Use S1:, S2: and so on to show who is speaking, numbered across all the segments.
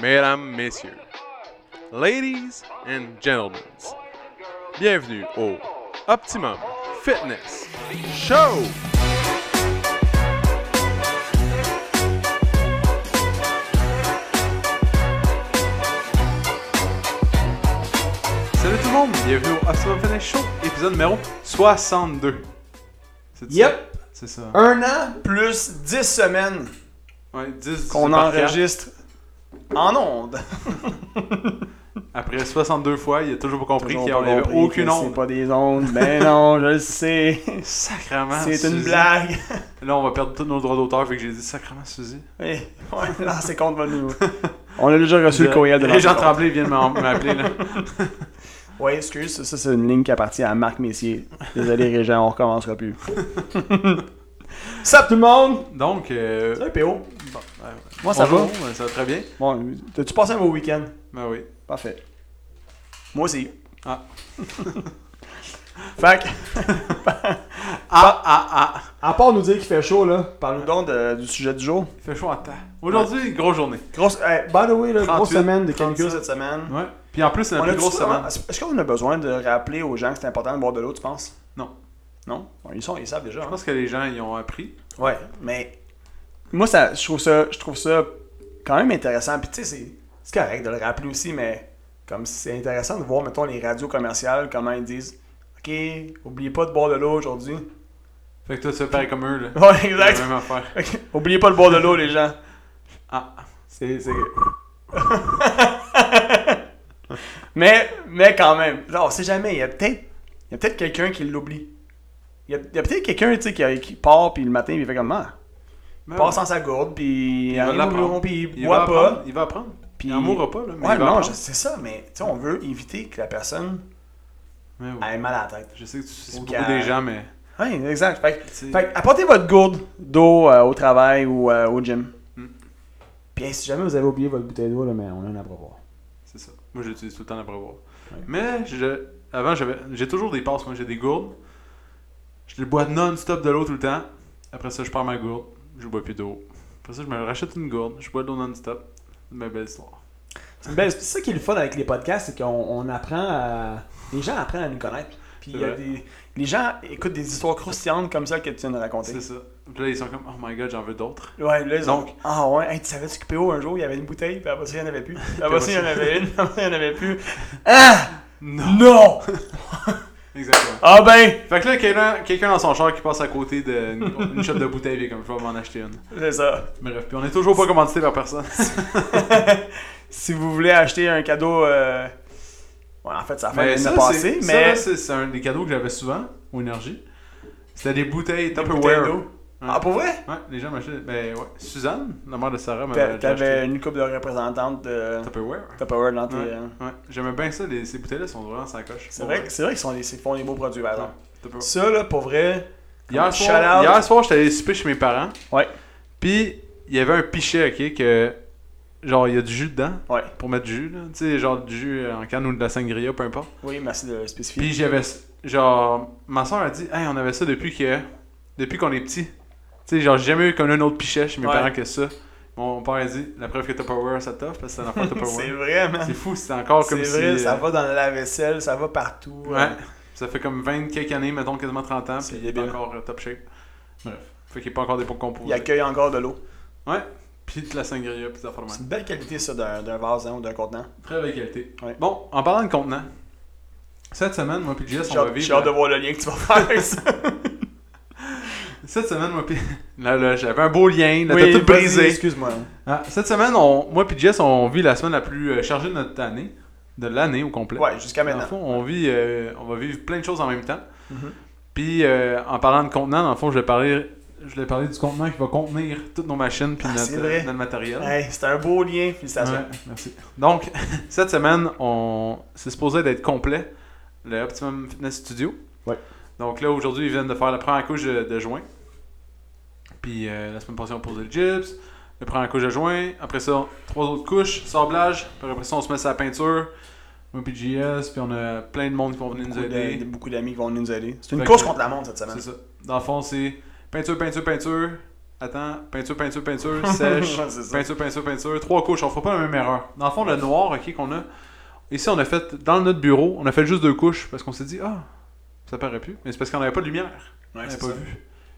S1: mesdames, messieurs, ladies and gentlemen, bienvenue au Optimum Fitness Show! Salut tout le monde, bienvenue au Optimum Fitness Show, épisode numéro 62. C'est
S2: Yep.
S1: ça? C'est ça.
S2: Un an plus 10 semaines
S1: Ouais, 10
S2: qu'on
S1: par quatre.
S2: enregistre en ondes.
S1: Après 62 fois, il a toujours pas compris
S2: Toujours
S1: qu'il n'y
S2: pas
S1: avait
S2: compris
S1: aucune
S2: que
S1: onde.
S2: C'est pas des ondes. Ben non, je le sais.
S1: Sacrement.
S2: C'est une
S1: Suzy.
S2: blague.
S1: Là, on va perdre tous nos droits d'auteur, fait que j'ai dit sacrement, Suzy.
S2: Eh, ouais, là, c'est contre nous. On a déjà reçu le
S1: De-
S2: courriel de
S1: Les gens
S2: l'entreprise.
S1: Tremblay viennent m'en- m'appeler, là.
S2: Ouais, excuse, ça, ça, c'est une ligne qui appartient à Marc Messier. Désolé, Régent, on recommencera plus. Salut tout le monde!
S1: Donc, euh,
S2: Salut PO!
S1: bon, euh,
S2: Moi, ça
S1: bonjour, euh, Ça va très bien.
S2: va? Bon, t'as-tu passé un beau week-end?
S1: Ben oui.
S2: Parfait. Moi aussi.
S1: Ah.
S2: fait que,
S1: Ah, ah, ah.
S2: à part nous dire qu'il fait chaud, là, parle-nous donc de- du sujet du jour.
S1: Il fait chaud à temps. Aujourd'hui, grosse journée.
S2: Grosse, eh, by the way, là, grosse
S1: 38,
S2: semaine de
S1: 37.
S2: canicule cette semaine.
S1: Ouais. Puis en plus, c'est la
S2: On
S1: plus
S2: a-tu-
S1: grosse semaine.
S2: ah, Est-ce qu'on a besoin de rappeler aux gens que c'est important de boire de l'eau, tu penses?
S1: Non.
S2: Non? Bon, ils, sont, ils savent déjà.
S1: Je
S2: hein.
S1: pense que les gens, ils ont appris.
S2: Ouais, mais moi, ça, je, trouve ça, je trouve ça quand même intéressant. Puis tu sais, c'est- c'est correct de le rappeler aussi, mais comme c'est intéressant de voir, mettons, les radios commerciales, comment ils disent « Ok, oubliez pas de boire de l'eau aujourd'hui.
S1: Fait que toi, tu fais pareil comme eux, là. »
S2: Ouais,
S1: C'est La
S2: Oh, exact.
S1: même affaire.
S2: Ok, Oubliez pas de boire de l'eau, les gens.
S1: Ah,
S2: C'est... c'est- mais, mais quand même, là, on sait jamais, il y a peut-être il y a peut-être quelqu'un qui l'oublie. Il y a, il y a peut-être quelqu'un tu sais, qui, qui part, puis le matin, il fait comme « Ah,
S1: ben
S2: passe
S1: ouais.
S2: en sa gourde,
S1: Il
S2: puis il
S1: va
S2: arrive au
S1: l'apprendre.
S2: bureau, puis il
S1: Il va
S2: boit
S1: apprendre.
S2: pas.
S1: Il va apprendre.
S2: Puis...
S1: Il en mourra pas, là. mais
S2: Ouais,
S1: il va
S2: non,
S1: apprendre.
S2: je- c'est ça, mais tu sais, on veut éviter que la personne
S1: Ben oui.
S2: ait mal à la tête.
S1: Je sais que tu sais
S2: Ou
S1: beaucoup
S2: qu'à-
S1: des gens, mais.
S2: Oui, exact. Fait, que-
S1: C'est-
S2: fait que apportez votre gourde d'eau euh, au travail ou euh, au gym.
S1: Mm.
S2: Puis hey, si jamais vous avez oublié votre bouteille d'eau, là, mais on en a à propos.
S1: C'est ça. Moi, j'utilise tout le temps la prévoir.
S2: Ouais.
S1: Mais je, avant, j'avais, j'ai toujours des passes. Moi, j'ai des gourdes. Je les bois non-stop de l'eau tout le temps. Après ça, je pars ma gourde. Je bois plus d'eau. Après ça, je me rachète une gourde. Je bois de l'eau non-stop. C'est ma belle histoire.
S2: C'est une belle- c'est ça qui est le fun avec les podcasts, c'est qu'on on apprend à... Les gens apprennent à nous connaître.
S1: C'est
S2: Puis il y a
S1: vrai.
S2: des- les gens écoutent des histoires croustillantes comme ça que tu viens de raconter.
S1: C'est ça. Puis là, ils sont comme, oh my god, j'en veux d'autres.
S2: Ouais, là, ils ont...
S1: Donc-
S2: Ah ouais, hey, tu savais-tu que PO, un jour, il y avait une bouteille, puis après ça, il n'y en avait plus. Puis après
S1: après
S2: ça, il y
S1: ça-
S2: en avait une, puis après ça, il n'y en avait plus. Ah!
S1: Non.
S2: Non!
S1: Exactement.
S2: Ah ben!
S1: Fait que là, quelqu'un, quelqu'un dans son char qui passe à côté d'une une shop de bouteilles, puis comme je vais m'en acheter une.
S2: C'est ça.
S1: Bref, puis on est toujours pas commandité par personne.
S2: si vous voulez acheter un cadeau... euh, ouais, en fait, ça a fait l'année passée,
S1: c'est, ça,
S2: mais...
S1: là, c'est, c'est un des cadeaux que j'avais souvent au Énergie. C'était des bouteilles
S2: Des
S1: Tupperware.
S2: bouteilles d'eau.
S1: Ouais.
S2: Ah, pour vrai?
S1: Ouais, les gens m'achetaient. Ben ouais. Suzanne, la mère de Sarah,
S2: T'a-
S1: m'avait déjà
S2: T'avais
S1: acheté
S2: une couple de représentantes de
S1: un Tupperware.
S2: Tupperware dans tes...
S1: Ouais,
S2: euh,
S1: ouais. J'aimais bien ça, les- ces bouteilles-là sont vraiment sans coche.
S2: C'est vrai, que- c'est vrai qu'ils sont des, ils font des beaux produits, par exemple.
S1: Tupperware.
S2: Ça, là, pour vrai...
S1: Hier
S2: shout
S1: soir,
S2: out.
S1: hier soir, j'étais allé souper chez mes parents.
S2: Ouais.
S1: Puis, il y avait un pichet, ok, que. Genre, il y a du jus dedans.
S2: Ouais.
S1: Pour mettre du jus, là. Tu sais, genre du jus euh, en canne ou de la sangria, peu importe.
S2: Oui, merci de le spécifier.
S1: Puis, j'avais. Genre, ma soeur a dit, hey, on avait ça depuis que. Depuis qu'on est petit. Tu sais, genre, j'ai jamais eu comme un autre pichet chez mes
S2: Ouais.
S1: parents que ça. Mon père a dit, la preuve que Tupperware, ça t'offre, parce que c'est un affaire Tupperware.
S2: c'est vrai, man.
S1: C'est fou, c'est encore
S2: C'est
S1: comme si...
S2: vrai, ça
S1: euh,
S2: va dans la vaisselle, ça va partout. euh,
S1: Ouais. Ça fait comme 20 quelques années, mettons quasiment 30 ans,
S2: C'est
S1: puis il est pas
S2: débile.
S1: encore euh, top shape. Bref. Fait qu'il est pas encore des pots composés.
S2: Il accueille encore de l'eau.
S1: Ouais. Puis de la sangria, puis des affaires de
S2: C'est
S1: même.
S2: une belle qualité, ça, d'un d'un vase hein, ou d'un contenant.
S1: Très belle qualité.
S2: Ouais.
S1: Bon, en parlant de contenant, cette semaine, moi puis Jess,
S2: J'ai
S1: on va
S2: hâte,
S1: vivre... hein.
S2: j'ai hâte de voir le lien que tu vas faire avec ça.
S1: Cette semaine, moi puis... Là, là, j'avais un beau lien, là,
S2: Oui,
S1: t'as tout
S2: vas-y,
S1: brisé.
S2: Excuse-moi.
S1: Ah, cette semaine, on... moi puis Jess, on vit la semaine la plus euh, chargée de notre année. De l'année au complet.
S2: Ouais, jusqu'à
S1: Dans le
S2: maintenant.
S1: fond, on, vit, euh, on va vivre plein de choses en même temps.
S2: Mhm.
S1: Puis, euh, en parlant de contenant, dans le fond, je vais parler, je vais parler du contenant qui va contenir toutes nos machines puis
S2: Ah,
S1: notre,
S2: c'est vrai. Ah,
S1: notre matériel.
S2: Hey, C'était un beau lien, félicitations.
S1: Ouais, merci. Donc, cette semaine, on c'est supposé d'être complet, le Optimum Fitness Studio.
S2: Ouais.
S1: Donc là, aujourd'hui, ils viennent de faire la première couche de, de joint. Puis euh, la semaine passée, on posait le gyps, la première couche de joint. Après ça, trois autres couches, sablage. Puis après ça, on se met sur la peinture, un PGS, puis on a plein de monde qui vont venir nous
S2: Beaucoup de-
S1: aider.
S2: de- beaucoup d'amis qui vont venir nous aider. C'est une
S1: Fait
S2: course
S1: que-
S2: contre la montre cette semaine.
S1: C'est ça. Dans le fond, c'est peinture, peinture, peinture. Attends, peinture, peinture, peinture, sèche,
S2: Ouais, c'est ça.
S1: peinture, peinture, peinture, trois couches. On fera pas la même erreur. Dans le fond, le noir ok, qu'on a, ici, on a fait, dans notre bureau, on a fait juste deux couches parce qu'on s'est dit, ah, ça paraît plus. Mais c'est parce qu'on n'avait pas de lumière. Ben, on
S2: Ouais,
S1: n'avait
S2: c'est
S1: pas
S2: ça.
S1: vu. Puis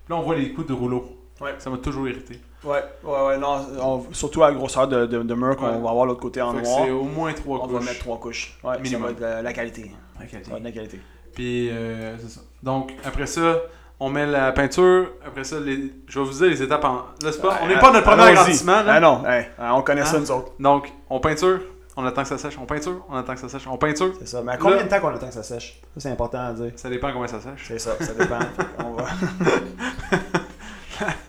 S1: là, on voit les coups de rouleau.
S2: Ouais.
S1: Ça m'a toujours irrité.
S2: Ouais, ouais, ouais, non, on- surtout à la grosseur de, de, de mur qu'on
S1: Ouais.
S2: va avoir l'autre côté en
S1: Fait que
S2: noir,
S1: c'est au moins trois
S2: on
S1: couches.
S2: va mettre trois couches. Ouais,
S1: Minimum.
S2: ça va être la, la qualité.
S1: Ok,
S2: Ça va être la qualité.
S1: Puis, euh, c'est ça. Donc, après ça, on met la peinture. Après ça, les... je vais vous dire les étapes en. Là, c'est pas... on n'est pas à notre premier
S2: Allons-y.
S1: agrandissement. là.
S2: Ah non, hey, ah, on connaît
S1: Hein?
S2: ça nous autres.
S1: Donc, on peinture, on attend que ça sèche, on peinture, on attend que ça sèche, on peinture.
S2: C'est ça. Mais à
S1: combien de
S2: combien de temps qu'on attend que ça sèche Ça, c'est important à dire.
S1: Ça dépend comment ça sèche.
S2: C'est ça, ça dépend. on va.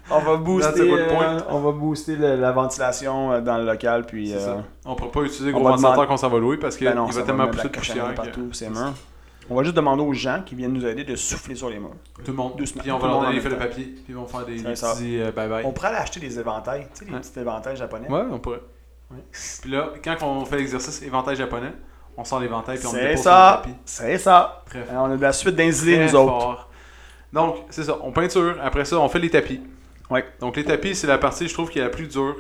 S2: on va
S1: That's a
S2: booster,
S1: good
S2: euh,
S1: point.
S2: on va booster le- la ventilation euh, dans le local, puis.
S1: C'est
S2: euh,
S1: ça. On pourra pas utiliser
S2: on
S1: gros
S2: va
S1: ventilateur
S2: demander-
S1: qu'on s'en va louer parce qu'il
S2: ben non, ça
S1: va
S2: va
S1: tellement
S2: mettre
S1: pousser
S2: la
S1: de
S2: cochonnerie
S1: poussière. que-
S2: partout, ces murs. On va juste demander aux gens qui viennent nous aider de souffler sur les murs.
S1: Tout le monde.
S2: Doucement.
S1: Puis on
S2: Tout
S1: va
S2: le
S1: leur
S2: monde
S1: donner
S2: en
S1: des feuilles de
S2: même
S1: papier. Puis ils vont faire des, des
S2: C'est ça.
S1: petits euh, bye-bye.
S2: On pourrait aller acheter des éventails, tu sais, les
S1: Ouais.
S2: petits éventails japonais.
S1: Ouais, on pourrait.
S2: Ouais.
S1: Puis là, quand on fait l'exercice éventail japonais, on sort l'éventail puis on le
S2: C'est
S1: dépose
S2: ça,
S1: sur le tapis.
S2: c'est ça.
S1: Très
S2: Alors, on a de la suite d'insidées,
S1: Très
S2: nous autres.
S1: fort. Donc, c'est ça, on peinture, après ça, on fait les tapis.
S2: Ouais.
S1: Donc, les tapis, c'est la partie, je trouve, qui est la plus dure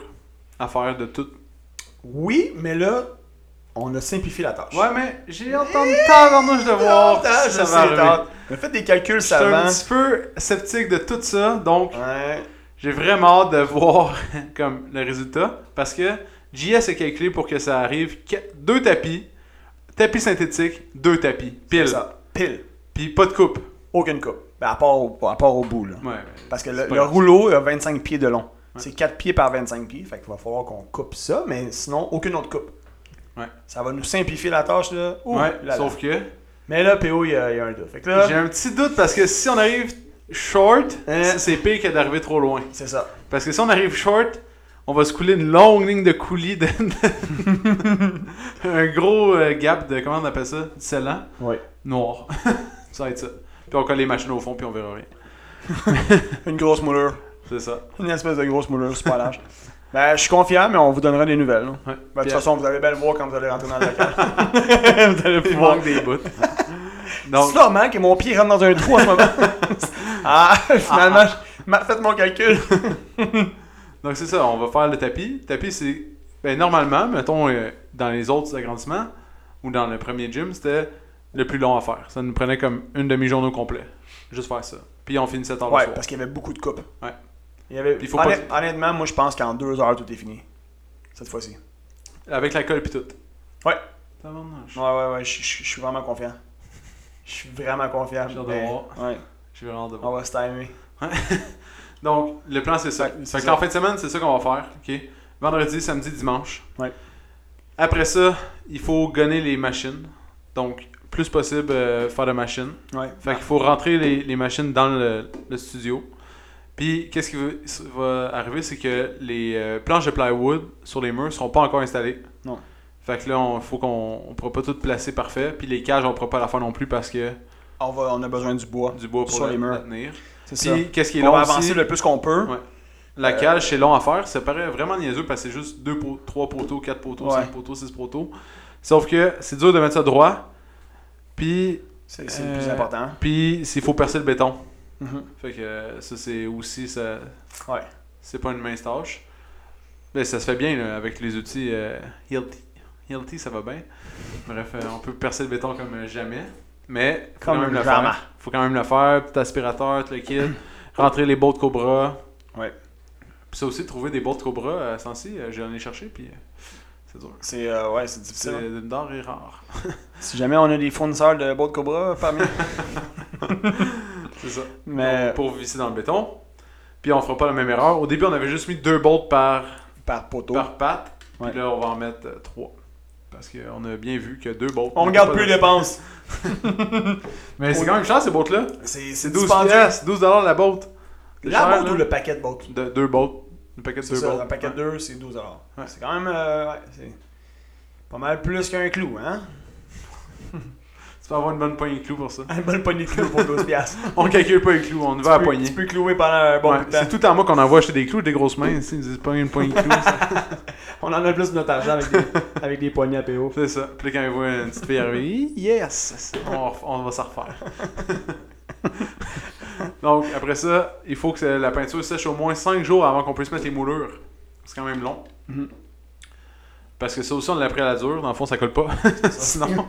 S1: à faire de toutes.
S2: Oui, mais là, on a simplifié la tâche.
S1: Ouais, mais j'ai entendu tabarnouche de voir
S2: Attends,
S1: si
S2: je
S1: ça
S2: sais,
S1: va arriver.
S2: attends. On a fait des calculs
S1: J'étais un
S2: savants.
S1: petit peu sceptique de tout ça, donc
S2: Ouais.
S1: j'ai vraiment hâte de voir comme le résultat, parce que JS est calculé pour que ça arrive quatre- deux tapis, tapis synthétique, deux tapis,
S2: C'est
S1: pile,
S2: ça. Pile.
S1: puis pas de coupe.
S2: Aucune coupe. Ben, à, part au, à part au bout, là.
S1: Ouais,
S2: Parce que
S1: C'est
S2: le,
S1: pas
S2: le
S1: grave.
S2: rouleau a 25 pieds de long. C'est 4 pieds par 25 pieds. Fait qu'il va falloir qu'on coupe ça, mais sinon, aucune autre coupe.
S1: Ouais.
S2: Ça va nous simplifier la tâche, là. Ouh
S1: ouais,
S2: là là.
S1: sauf que
S2: Mais là, PO, il y, a il y a un doute. Fait que là,
S1: J'ai un petit doute parce que si on arrive short,
S2: Hein?
S1: c'est pire que d'arriver trop loin.
S2: c'est ça.
S1: Parce que si on arrive short, on va se couler une longue ligne de coulis, de... un gros euh, gap de, comment on appelle ça, de scellant,
S2: Ouais.
S1: noir. ça va être ça. Puis on colle les machines au fond, puis on verra rien.
S2: Une grosse moulure.
S1: C'est ça.
S2: Une espèce de grosse moulure super large. Ben, je suis confiant, mais on vous donnera des nouvelles. là.
S1: Ouais.
S2: Ben, de
S1: Puis,
S2: toute façon, vous allez bien le voir quand vous allez rentrer dans le local. vous allez
S1: il
S2: pouvoir.
S1: manque des bouts.
S2: C'est
S1: Donc,
S2: normal que mon pied rentre dans un trou en ce moment. ah, finalement, j'ai mal fait mon calcul.
S1: donc c'est ça, on va faire le tapis. Le tapis, c'est. ben, normalement, mettons, euh, dans les autres agrandissements, ou dans le premier gym, c'était le plus long à faire. Ça nous prenait comme une demi-journée au complet. Juste faire ça. Puis on finissait tard le
S2: Ouais,
S1: soir.
S2: parce qu'il y avait beaucoup de coupes.
S1: Ouais.
S2: Il y avait...
S1: Puis il faut pas
S2: honnêt- Honnêtement, moi, je pense qu'en deux heures, tout est fini. Cette fois-ci.
S1: Avec la colle puis tout.
S2: Ouais.
S1: Tabarnouche.
S2: Ouais, ouais, ouais, je je- je suis vraiment confiant. Je suis vraiment confiant.
S1: J'ai hâte de
S2: mais-
S1: voir.
S2: Ouais,
S1: J'ai vraiment hâte de
S2: on
S1: voir.
S2: va se timer.
S1: Donc, le plan, c'est ça.
S2: Ouais, c'est
S1: fait que
S2: ça.
S1: en fin de semaine, c'est ça qu'on va faire. OK? Vendredi, samedi, dimanche.
S2: Ouais.
S1: Après ça, il faut gonner les machines. Donc, plus possible, euh, faire de machines.
S2: Ouais.
S1: Fait qu'il faut rentrer les, les machines dans le, le studio. Puis, qu'est-ce qui va- va arriver, c'est que les euh, planches de plywood sur les murs seront pas encore installées.
S2: Non.
S1: Fait que là, on faut qu'on on pourra pas tout placer parfait. Puis les cages, on pourra pas la faire non plus parce que
S2: On, va, on a besoin du bois.
S1: du bois pour
S2: Sur
S1: la-
S2: les murs.
S1: la tenir.
S2: C'est ça.
S1: Puis, qu'est-ce qui est
S2: on
S1: long
S2: va
S1: aussi,
S2: avancer le plus qu'on peut.
S1: Ouais. La cage, c'est long à faire. Ça paraît vraiment niaiseux parce que c'est juste 2 3 poteaux, 4 poteaux,
S2: Ouais.
S1: 5 poteaux, 6 poteaux. Sauf que c'est dur de mettre ça droit. Puis,
S2: C'est c'est le plus
S1: Euh,
S2: important.
S1: puis il faut percer le béton.
S2: Mhm.
S1: Fait que euh, ça, c'est aussi, ça,
S2: Ouais.
S1: c'est pas une mince tâche. Mais ça se fait bien là, avec les outils euh, Hilti. Hilti, ça va bien. Bref, euh, on peut percer le béton comme euh, jamais. Mais faut
S2: Comme
S1: quand même le
S2: jamais.
S1: faire. Faut quand même le faire. Petit aspirateur, tout le kit. Rentrer les bolts Cobra.
S2: Ouais.
S1: Puis ça aussi, trouver des bolts Cobra à Sancy, euh, j'en ai cherché, puis euh, c'est dur.
S2: C'est euh, ouais, c'est
S1: C'est
S2: difficile.
S1: une d'or et rare.
S2: Si jamais on a des fournisseurs de bois de cobra, parmi
S1: C'est ça.
S2: mais
S1: Donc, pour visser dans le béton. Puis on fera pas la même erreur. Au début, on avait juste mis deux bolts par
S2: par poteau.
S1: par patte. Puis
S2: Ouais.
S1: là, on va en mettre euh, trois. Parce qu'on a bien vu que deux bolts.
S2: On
S1: n'ont
S2: regarde
S1: pas
S2: plus
S1: de-
S2: les dépenses.
S1: Mais c'est quand même cher ces bolts-là.
S2: C'est
S1: C'est
S2: c'est
S1: 12
S2: dispendieux.
S1: piastres, 12 dollars la bolt. C'est
S2: La
S1: cher,
S2: botte
S1: là.
S2: ou le paquet de bottes
S1: de Deux bolts. Un paquet de
S2: C'est
S1: deux
S2: ça,
S1: bolts.
S2: un paquet
S1: Ouais.
S2: de deux, c'est 12 dollars.
S1: Ouais.
S2: C'est quand même euh, ouais, c'est pas mal plus qu'un clou, hein?
S1: Tu peux avoir une bonne poignée de clous pour ça.
S2: Un bon poignée de clous pour 12 piastres.
S1: on calcule pas les clous, on y
S2: Tu
S1: va à
S2: peux-
S1: poignée.
S2: Tu peux clouer pendant un bon
S1: Ouais,
S2: bout de
S1: c'est
S2: temps.
S1: tout en moi qu'on envoie acheter des clous, des grosses mains. ici, Ils disent pas une poignée de clous. ça.
S2: On en a plus de notre argent avec des, avec des poignées à PO.
S1: c'est ça. Puis là, quand ils voient une petite fille arriver, yes, on, ref- on va s'en refaire. Donc, après ça, il faut que la peinture sèche au moins 5 jours avant qu'on puisse mettre les moulures. C'est quand même long.
S2: Mhm.
S1: Parce que ça aussi, on l'a pris à la dure. Dans le fond, ça colle pas. Sinon,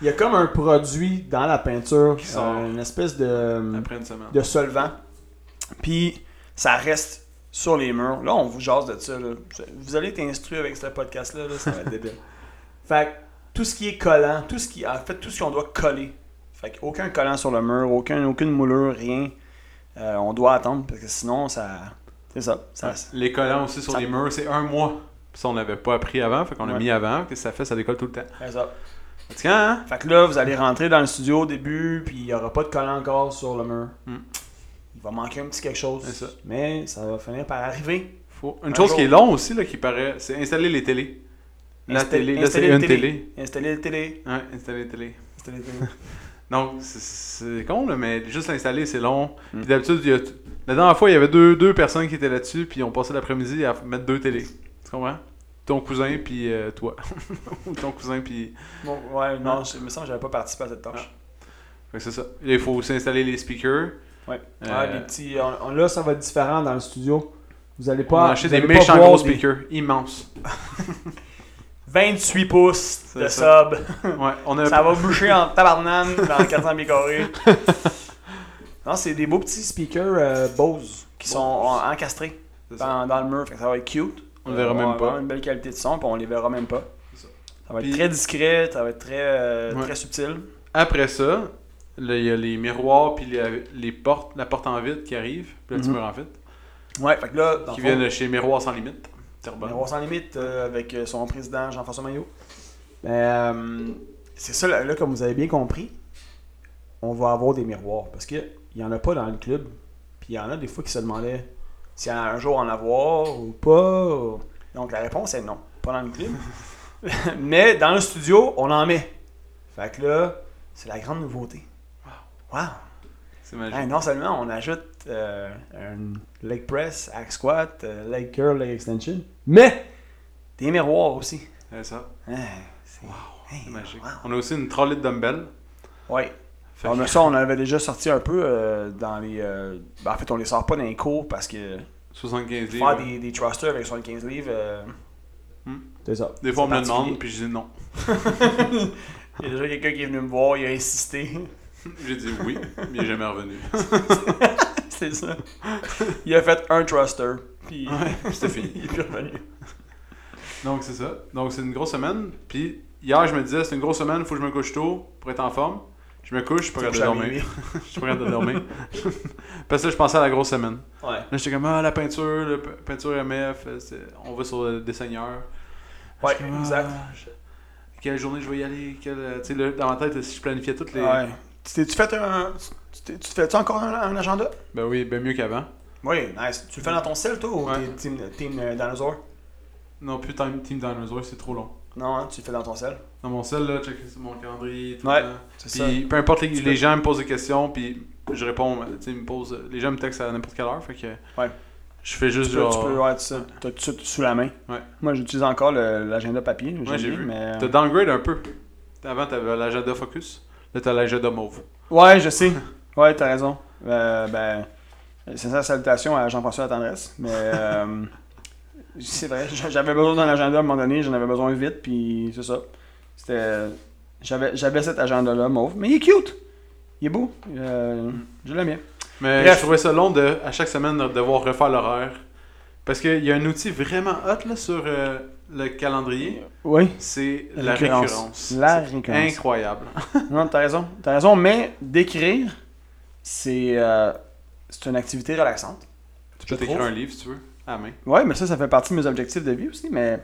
S2: Il y a comme un produit dans la peinture,
S1: Qui sort.
S2: euh, une espèce de,
S1: après une semaine.
S2: de solvant. Puis ça reste sur les murs. Là, on vous jase de ça. là. Vous allez être instruit avec ce podcast-là, là, ça va être débile. Fait que tout ce qui est collant, tout ce qui en fait tout ce qu'on doit coller. Fait que aucun collant sur le mur, aucun, aucune moulure, rien. Euh, on doit attendre parce que sinon ça. C'est ça. ça
S1: Les collants aussi sur
S2: Ça-
S1: les murs, c'est un mois. Puis Ça, on l'avait pas appris avant, fait qu'on l'a
S2: Ouais.
S1: mis avant. Qu'est-ce que ça fait? Ça décolle tout le temps.
S2: c'est ça.
S1: C'est quand, hein?
S2: Fait que là, vous allez rentrer dans le studio au début, puis il n'y aura pas de collant encore sur le mur.
S1: Mm.
S2: Il va manquer un petit quelque chose.
S1: C'est ça.
S2: Mais ça va finir par arriver.
S1: Faut- Une
S2: Un
S1: chose
S2: jour.
S1: qui est long aussi, là, qui paraît, c'est installer les télés. La
S2: Insta-
S1: télé, là,
S2: installer
S1: c'est
S2: le
S1: une télé.
S2: Installer le télé.
S1: Ouais, installer les télés.
S2: Installer le télé.
S1: Donc, c'est- c'est con, là, mais juste l'installer, c'est long.
S2: Mm.
S1: Puis d'habitude, il y a t- la dernière fois, il y avait deux, deux personnes qui étaient là-dessus, puis ils ont passé l'après-midi à f- mettre deux télés. Tu comprends? Ton cousin, puis euh, toi. Ou ton cousin, puis.
S2: Bon, ouais, non, je il me semble que j'avais pas participé à cette tâche.
S1: Fait que c'est ça. Là, il faut aussi installer les speakers.
S2: Ouais.
S1: Euh,
S2: Ouais, les petits, on- on- là, ça va être différent dans le studio. Vous allez
S1: on
S2: pas.
S1: a acheté
S2: vous
S1: des
S2: allez pas
S1: méchants
S2: voir
S1: gros
S2: des
S1: speakers, immenses.
S2: 28 pouces
S1: C'est
S2: de
S1: ça.
S2: sub.
S1: Ouais, on a
S2: Ça va boucher en tabarnane dans 400 pieds carrés. Non, c'est des beaux petits speakers euh, Bose qui sont en- encastrés
S1: C'est ça.
S2: dans, dans le mur. Fait que ça va être cute.
S1: On le verra
S2: va
S1: même
S2: avoir
S1: pas.
S2: une belle qualité de son, puis on les verra même pas.
S1: C'est
S2: Ça.
S1: ça.
S2: va être
S1: Puis-
S2: très discret, ça va être très, euh,
S1: Ouais.
S2: très subtil.
S1: Après ça, là, il y a les miroirs puis les, les portes, la porte en vide qui arrive, puis le petit
S2: Mhm.
S1: mur en vide,
S2: Ouais, fait que là, dans
S1: qui
S2: le
S1: viennent
S2: fond,
S1: de chez Miroirs sans limite, Terrebonne.
S2: Miroir sans limite euh, avec euh, son président Jean-François Maillot. Ben, euh, c'est ça, là, là, comme vous avez bien compris, on va avoir des miroirs parce qu'il n'y en a pas dans le club. Puis il y en a des fois qui se demandaient s'il y en a un jour en avoir ou pas. ou- Donc la réponse est non, pas dans le club. Mais dans le studio, on en met. Fait que là, c'est la grande nouveauté. Wow!
S1: C'est magique.
S2: Hey, non seulement on ajoute euh, un leg press, hack squat, euh, leg curl, leg extension, mais des miroirs aussi.
S1: C'est ça,
S2: Hey, c'est hey,
S1: c'est magique.
S2: wow. Ah,
S1: On a aussi une trolley de dumbbells.
S2: Ouais.
S1: Fait
S2: Bon,
S1: que-
S2: mais ça, on avait déjà sorti un peu euh, dans les. euh, ben, en fait, on les sort pas dans les cours parce que
S1: 75 livres.
S2: faire des, des thrusters avec 75 livres. euh,
S1: euh, Hmm.
S2: C'est ça.
S1: Des fois, on
S2: C'est
S1: me le demande,
S2: particulier.
S1: puis je dis non.
S2: Il y a déjà quelqu'un qui est venu me voir, il a insisté.
S1: J'ai dit oui, mais il est jamais revenu.
S2: c'est ça. Il a fait un thruster, puis
S1: Ouais, c'était fini.
S2: il est plus revenu.
S1: Donc, c'est ça. Donc, c'est une grosse semaine. Puis, hier, je me disais, c'est une grosse semaine, faut que je me couche tôt pour être en forme. Je me couche, je suis pas capable de dormir. Je suis pas capable de dormir. Parce que là, je pensais à la grosse semaine.
S2: Ouais.
S1: Là, j'étais comme, ah, la peinture, la pe- peinture MF, euh, c'est- on va sur le Seigneurs.
S2: Ouais, exact.
S1: Quelle journée ah, je vais y aller? quelle, euh, Tu sais, là, dans ma tête, si je planifiais toutes les.
S2: Ouais. Tu t'es-tu fait un. Tu, t'es- tu te fais-tu encore un, un agenda?
S1: Ben oui, ben mieux qu'avant.
S2: Oui, nice. Tu le fais dans ton cell, toi, ou
S1: Ouais.
S2: t'es team, team euh, dinosaur?
S1: Non, plus Time Team Dinosaur, c'est trop long.
S2: Non, hein, tu le fais dans ton cell.
S1: Dans mon sel, là, checker sur mon calendrier. Tout
S2: Ouais.
S1: le temps.
S2: C'est ça.
S1: Puis, peu importe, les,
S2: Tu
S1: les
S2: peux-
S1: gens me posent des questions, puis je réponds. Tu sais, ils me posent. Les gens me textent à n'importe quelle heure, fait que.
S2: Ouais.
S1: Je fais juste
S2: Tu peux,
S1: genre.
S2: tu peux, ouais, tu sais, t'as tout ça sous la main.
S1: Ouais.
S2: Moi, j'utilise encore le- l'agenda papier. j'aime
S1: j'ai
S2: bien,
S1: vu.
S2: Mais...
S1: T'as downgrade un peu. Avant, t'avais l'agenda Focus. Là, t'as l'agenda Mauve.
S2: Ouais, je sais. Ouais, t'as raison. Euh, ben, sincère salutation à Jean-François Latendresse. Mais euh, c'est vrai, j'a- j'avais besoin d'un agenda à un moment donné, j'en avais besoin vite, puis c'est ça. C'était, j'avais, j'avais cet agenda-là, mauve, mais il est cute. Il est beau. Euh, je l'aime bien.
S1: Mais
S2: Bref.
S1: je trouvais ça long de, à chaque semaine de devoir refaire l'horaire. Parce qu'il y a un outil vraiment hot là, sur euh, le calendrier.
S2: Oui.
S1: C'est la
S2: Récurrence.
S1: récurrence.
S2: La
S1: C'est
S2: récurrence.
S1: Incroyable.
S2: Non, t'as raison. T'as raison, mais d'écrire, c'est, euh, c'est une activité relaxante.
S1: Tu peux
S2: Je
S1: t'écrire
S2: trouve.
S1: un livre si tu veux. À la main.
S2: Ouais, mais ça, ça fait partie de mes objectifs de vie aussi, mais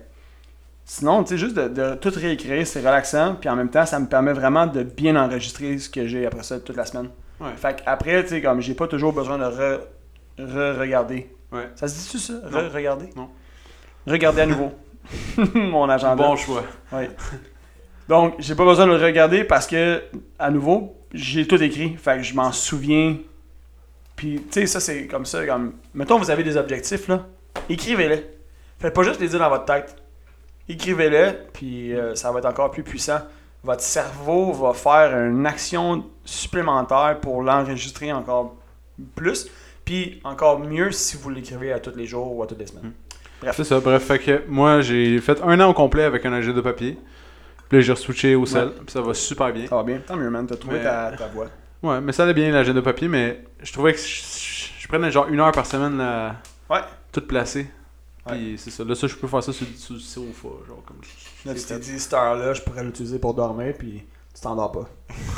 S2: sinon, tu sais, juste de, de tout réécrire, c'est relaxant, puis en même temps, ça me permet vraiment de bien enregistrer ce que j'ai après ça toute la semaine.
S1: Ouais.
S2: Fait qu'après, tu sais, comme j'ai pas toujours besoin de re- re-regarder.
S1: Ouais.
S2: Ça se dit-tu ça? Re-regarder?
S1: Non.
S2: Regarder à nouveau. Mon agenda.
S1: Bon choix.
S2: Oui. Donc, j'ai pas besoin de le regarder parce que, à nouveau, j'ai tout écrit. Fait que je m'en souviens. Puis, tu sais, ça, c'est comme ça. Comme... Mettons, vous avez des objectifs, là. Écrivez-les. Faites pas juste les dire dans votre tête. Écrivez-les, puis euh, ça va être encore plus puissant. Votre cerveau va faire une action supplémentaire pour l'enregistrer encore plus. Puis encore mieux si vous l'écrivez à tous les jours ou à toutes les semaines.
S1: C'est ça, bref, fait que moi j'ai fait un an au complet avec un algé de papier. Puis là j'ai switché au sel,
S2: Ouais.
S1: puis ça va super bien.
S2: Ça va bien. Tant mieux, man. T'as trouvé
S1: Mais-
S2: ta, ta voix.
S1: Ouais, mais ça allait bien l'agenda papier, mais je trouvais que je, je- je prenais genre une heure par semaine là,
S2: Ouais.
S1: tout placé. Puis c'est ça, là ça je peux faire ça sur, sur le sofa, genre comme
S2: Là, tu t'es dit, cette heure-là, je pourrais l'utiliser pour dormir, puis tu t'endors pas.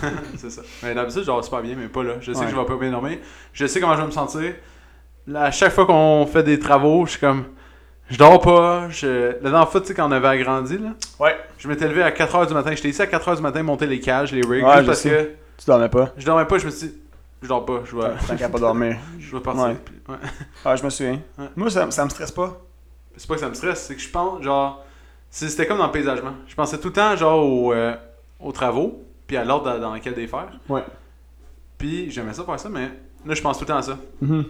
S1: c'est ça. Mais d'habitude, genre, super bien, mais pas là. Je sais
S2: Ouais.
S1: que je vais pas bien dormir. Je sais comment je vais me sentir. Là, à chaque fois qu'on fait des travaux, je suis comme. Je dors pas. Je... La dernière fois, tu sais, quand on avait agrandi, là,
S2: Ouais.
S1: je m'étais levé à 4h du matin. J'étais ici à 4h du matin, monter les cages, les rigs,
S2: Ouais,
S1: juste
S2: je
S1: parce
S2: sais. Tu dormais pas.
S1: que je dormais pas. Je me suis dit, je dors pas, je vais,
S2: Tant qu'à pas dormir.
S1: je vais partir.
S2: Ouais.
S1: Puis, ouais.
S2: Ah, je me souviens.
S1: Ouais.
S2: Moi, ça, ça me stresse pas.
S1: C'est pas que ça me stresse, c'est que je pense, genre. c'est- C'était comme dans le paysagement. Je pensais tout le temps, genre, aux, euh, aux travaux, puis à l'ordre dans- dans lequel les faire.
S2: Ouais.
S1: Puis j'aimais ça faire ça, mais là, je pense tout le temps à ça.
S2: Mm-hmm.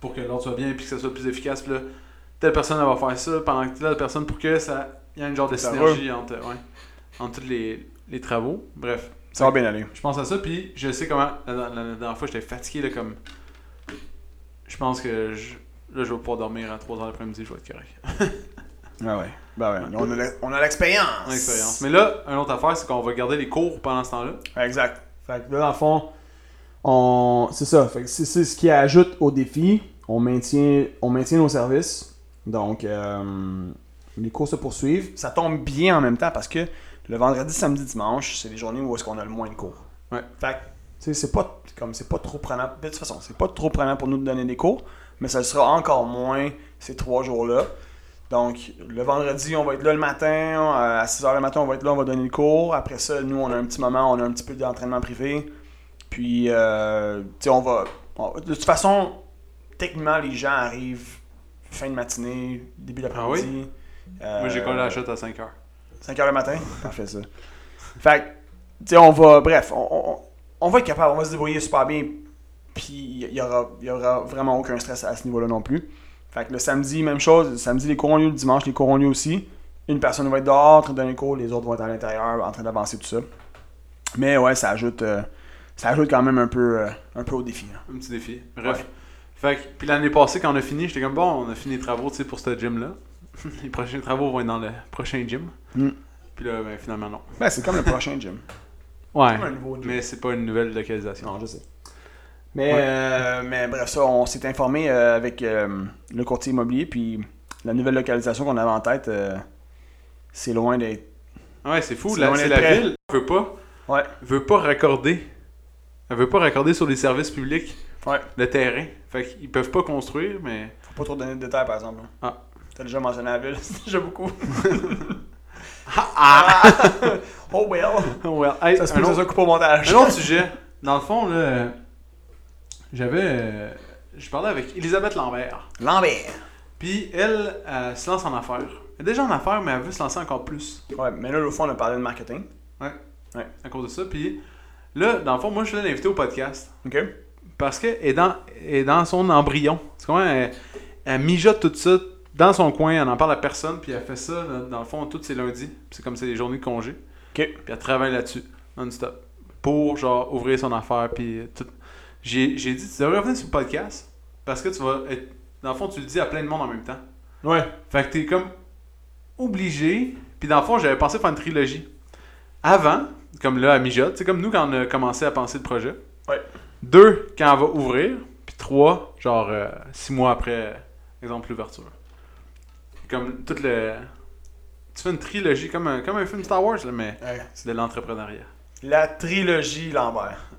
S1: pour que l'ordre soit bien puis que ça soit plus efficace. Puis là, telle personne elle va faire ça pendant que telle personne pour que ça il y a une genre de
S2: Ça
S1: synergie entre, ouais, entre tous les, les travaux. Bref,
S2: Ça va bien aller.
S1: je pense à ça puis je sais comment la, la- la dernière fois j'étais fatigué là comme je pense que je, là je vais pouvoir dormir à 3h l'après-midi, je vais être correct.
S2: Ah ouais. Ben ouais. On a l'ex- On a l'expérience.
S1: Mon expérience. Mais là, une autre affaire c'est qu'on va garder les cours pendant ce temps-là.
S2: Ouais, Exact. Fait que là, dans le fond, on... c'est ça. Fait que c'est c'est ce qui ajoute au défi. On maintient, on maintient nos services. Donc, euh, les cours se poursuivent. Ça tombe bien en même temps parce que le vendredi, samedi, dimanche, c'est les journées où est-ce qu'on a le moins de cours.
S1: Ouais.
S2: Fait que, tu sais, c'est pas, comme, c'est pas trop prenant. ben, De toute façon, c'est pas trop prenant pour nous de donner des cours, mais ça le sera encore moins ces trois jours-là. Donc, le vendredi, on va être là le matin. euh, À 6h le matin, on va être là, on va donner le cours. Après ça, nous, on a un petit moment, on a un petit peu d'entraînement privé. Puis, euh, tu sais, on va. on- de toute façon, techniquement, les gens arrivent fin de matinée, début d'après-midi. Euh,
S1: Moi j'ai collé la chute à 5h.
S2: 5 heures le matin. Parfait, ça. Fait que, tu sais, on va, bref, on, on- on va être capable, on va se débrouiller super bien. Puis, il y aura, il y aura vraiment aucun stress à ce niveau-là non plus. Fait que le samedi, même chose. Le samedi, les cours ont lieu. Le dimanche, les cours ont lieu aussi. Une personne va être dehors en train de donner cours, les autres vont être à l'intérieur en train d'avancer tout ça. Mais ouais, ça ajoute, euh, ça ajoute quand même un peu, euh, un peu au défi. hein.
S1: Un petit défi. Bref. Fait que, puis l'année passée, quand on a fini, j'étais comme bon, on a fini les travaux tu sais, pour ce gym-là. les prochains travaux vont être dans le prochain gym.
S2: Mm.
S1: Puis là, ben, finalement, non.
S2: Ben, c'est comme le prochain gym.
S1: Ouais.
S2: Comme un nouveau gym.
S1: Mais c'est pas une nouvelle localisation.
S2: Non, je sais. Mais,
S1: Ouais.
S2: euh, mais bref, ça, on s'est informé euh, avec euh, le courtier immobilier, puis la nouvelle localisation qu'on avait en tête, euh, c'est loin d'être.
S1: Ouais, c'est fou.
S2: C'est
S1: La,
S2: loin
S1: c'est
S2: d'être
S1: la
S2: prêt.
S1: ville qui veut pas,
S2: Ouais.
S1: veut pas raccorder. Elle veut pas raccorder sur les services publics
S2: Ouais.
S1: le terrain. Fait qu'ils peuvent pas construire, mais.
S2: Faut pas trop donner de détails, par exemple. là.
S1: Ah.
S2: T'as déjà mentionné la ville, c'est déjà beaucoup.
S1: Ah
S2: oh well!
S1: ah! Well, hey,
S2: Ça se
S1: un
S2: peut que ça
S1: autre-
S2: soit coupé au montage.
S1: Un autre sujet. Dans le fond, là, euh, j'avais. euh, je parlais avec Elisabeth Lambert.
S2: Lambert!
S1: Puis elle euh, se lance en affaires. Elle est déjà en affaires, mais elle veut se lancer encore plus
S2: Ouais, mais là, au fond, on a parlé de marketing.
S1: à cause de ça. Puis là, dans le fond, moi, je voulais l'inviter au podcast.
S2: Ok?
S1: Parce qu'elle est dans, elle est dans son embryon. C'est comment elle, elle mijote tout ça dans son coin, elle n'en parle à personne, puis elle fait ça, dans, dans le fond, tous ses lundis. Puis C'est comme c'est les journées de congé.
S2: Ok.
S1: Puis elle travaille là-dessus, non-stop. Pour, genre, ouvrir son affaire, puis euh, tout. J'ai j'ai dit, tu devrais revenir sur le podcast, parce que tu vas être... Dans le fond, tu le dis à plein de monde en même temps.
S2: Ouais.
S1: Fait que t'es comme obligé. Puis dans le fond, j'avais pensé faire une trilogie. Avant, comme là à Mijote, c'est comme nous quand on a commencé à penser le projet.
S2: Ouais.
S1: Deux, quand on va ouvrir. Puis trois, genre euh, six mois après, euh, exemple, l'ouverture. Comme tout le. Tu fais une trilogie, comme un, comme un film Star Wars, là, mais
S2: Ouais.
S1: c'est de l'entrepreneuriat.
S2: Euh, La trilogie Lambert.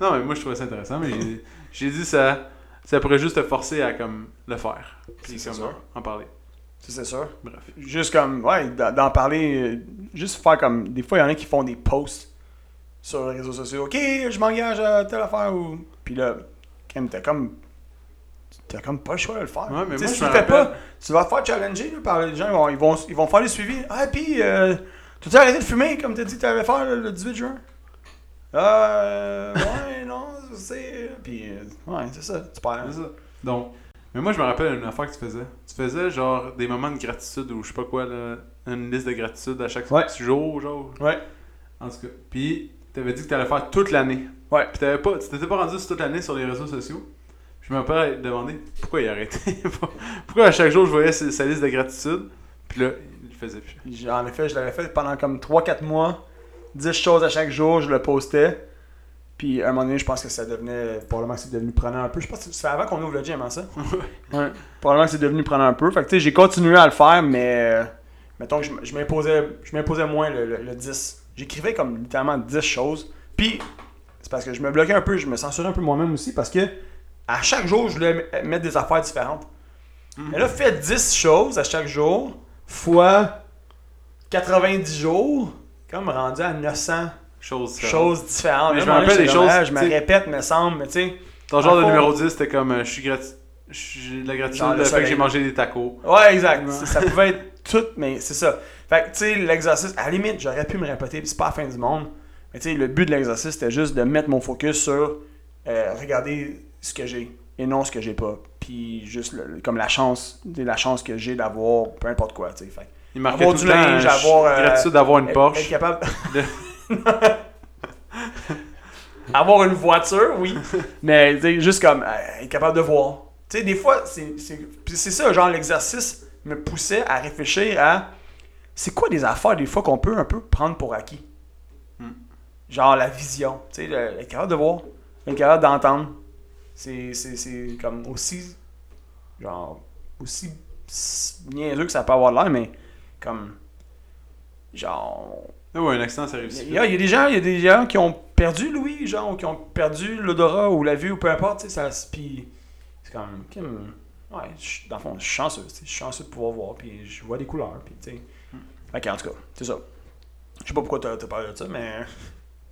S1: Non, mais moi je trouvais ça intéressant, mais j'ai- j'ai dit ça. Ça pourrait juste te forcer à comme le faire. Puis
S2: C'est
S1: comme
S2: sûr.
S1: en parler.
S2: Ça, c'est sûr.
S1: Bref.
S2: juste comme ouais d'en d'en parler euh, juste faire comme des fois il y en a qui font des posts sur les réseaux sociaux ok je m'engage à telle affaire ou puis là quand t'as comme t'as comme pas le choix de le faire
S1: Ouais, mais
S2: Tu sais,
S1: moi,
S2: si
S1: je
S2: tu
S1: me
S2: le fais pas
S1: rappelle-
S2: tu vas te faire challenger là, par les gens ils vont, ils vont ils vont faire les suivis ah puis euh, t'as-tu arrêté de fumer comme t'as dit que t'allais faire là, le 18 juin euh ouais non c'est puis euh, ouais c'est ça tu perds
S1: C'est ça. Donc, mais moi, je me rappelle une affaire que tu faisais. Tu faisais genre des moments de gratitude ou je sais pas quoi, là, une liste de gratitude à chaque
S2: Ouais.
S1: jour, genre.
S2: ouais
S1: En tout cas. Puis, t'avais dit que t'allais faire toute l'année.
S2: Ouais.
S1: Puis t'avais pas, tu t'étais pas rendu sur toute l'année sur les réseaux sociaux. Puis mon père il demandait pourquoi il arrêtait. pourquoi à chaque jour je voyais sa, sa liste de gratitude. Puis là, il le faisait plus.
S2: J- En effet, je l'avais fait pendant comme 3-4 mois. 10 choses à chaque jour, je le postais. Puis à un moment donné, je pense que ça devenait. Probablement que c'est devenu prenant un peu. Je pense que c'est avant qu'on ouvre le gym, hein, ça Ouais. Probablement que c'est devenu prenant un peu. Fait que tu sais, j'ai continué à le faire, mais. euh, Mettons que je m- je m'imposais je m'imposais moins le, le- le 10. J'écrivais comme littéralement 10 choses. Puis, c'est parce que je me bloquais un peu, je me censurais un peu moi-même aussi parce que à chaque jour, je voulais m- mettre des affaires différentes.
S1: Mm.
S2: Mais là, fais 10 choses à chaque jour, fois 90 jours, comme rendu à 900
S1: Chose. différente.
S2: choses différentes.
S1: Mais
S2: Là,
S1: je me
S2: à un moment
S1: rappelle
S2: donné,
S1: des
S2: j'étais comme,
S1: choses,
S2: ah, Je me
S1: tu sais.
S2: répète, me semble, mais tu sais.
S1: Ton genre de
S2: Dans le fond-
S1: numéro 10, c'était comme euh, je suis grati- je suis de la gratitude
S2: Dans
S1: de
S2: le
S1: le fait que
S2: soleil.
S1: j'ai mangé des tacos.
S2: Ouais, exact.
S1: Ouais.
S2: C'est- Ça pouvait être tout, mais c'est ça. Fait que, tu sais, l'exercice, à la limite, j'aurais pu me répéter, puis c'est pas la fin du monde. Mais tu sais, le but de l'exercice, c'était juste de mettre mon focus sur euh, regarder ce que j'ai et non ce que j'ai pas. Puis juste le- le- comme la chance, tu sais, la chance que j'ai d'avoir peu importe quoi, tu sais. Fait que
S1: Il marquait
S2: Avoir
S1: tout
S2: du
S1: le temps
S2: linge,
S1: euh, je suis
S2: avoir, euh,
S1: gratitude d'avoir une
S2: être- Être
S1: Porsche.
S2: capable.
S1: De-
S2: Avoir une voiture, oui. Mais tu sais, juste comme euh, être capable de voir. Tu sais, des fois, c'est c'est- puis c'est ça, genre l'exercice me poussait à réfléchir à c'est quoi des affaires des fois qu'on peut un peu prendre pour acquis.
S1: Hmm.
S2: Genre la vision, tu sais, le- être capable de voir, être capable d'entendre. C'est c'est- c'est comme aussi, genre, aussi s- niaiseux que ça peut avoir l'air, mais comme, genre,
S1: Ah ouais, un accident, ça
S2: il y,
S1: réussit.
S2: a- il y a des gens, il y a des gens qui ont perdu l'ouïe, genre, ou qui ont perdu l'odorat ou la vue ou peu importe, tu sais, ça se- puis c'est comme Kim, ouais, je suis- dans le fond, je suis chanceux, tu sais, je suis chanceux de pouvoir voir, puis je vois des couleurs, puis tu sais. Ok, en tout cas, c'est ça. Je sais pas pourquoi t'as t'as parlé de ça, mais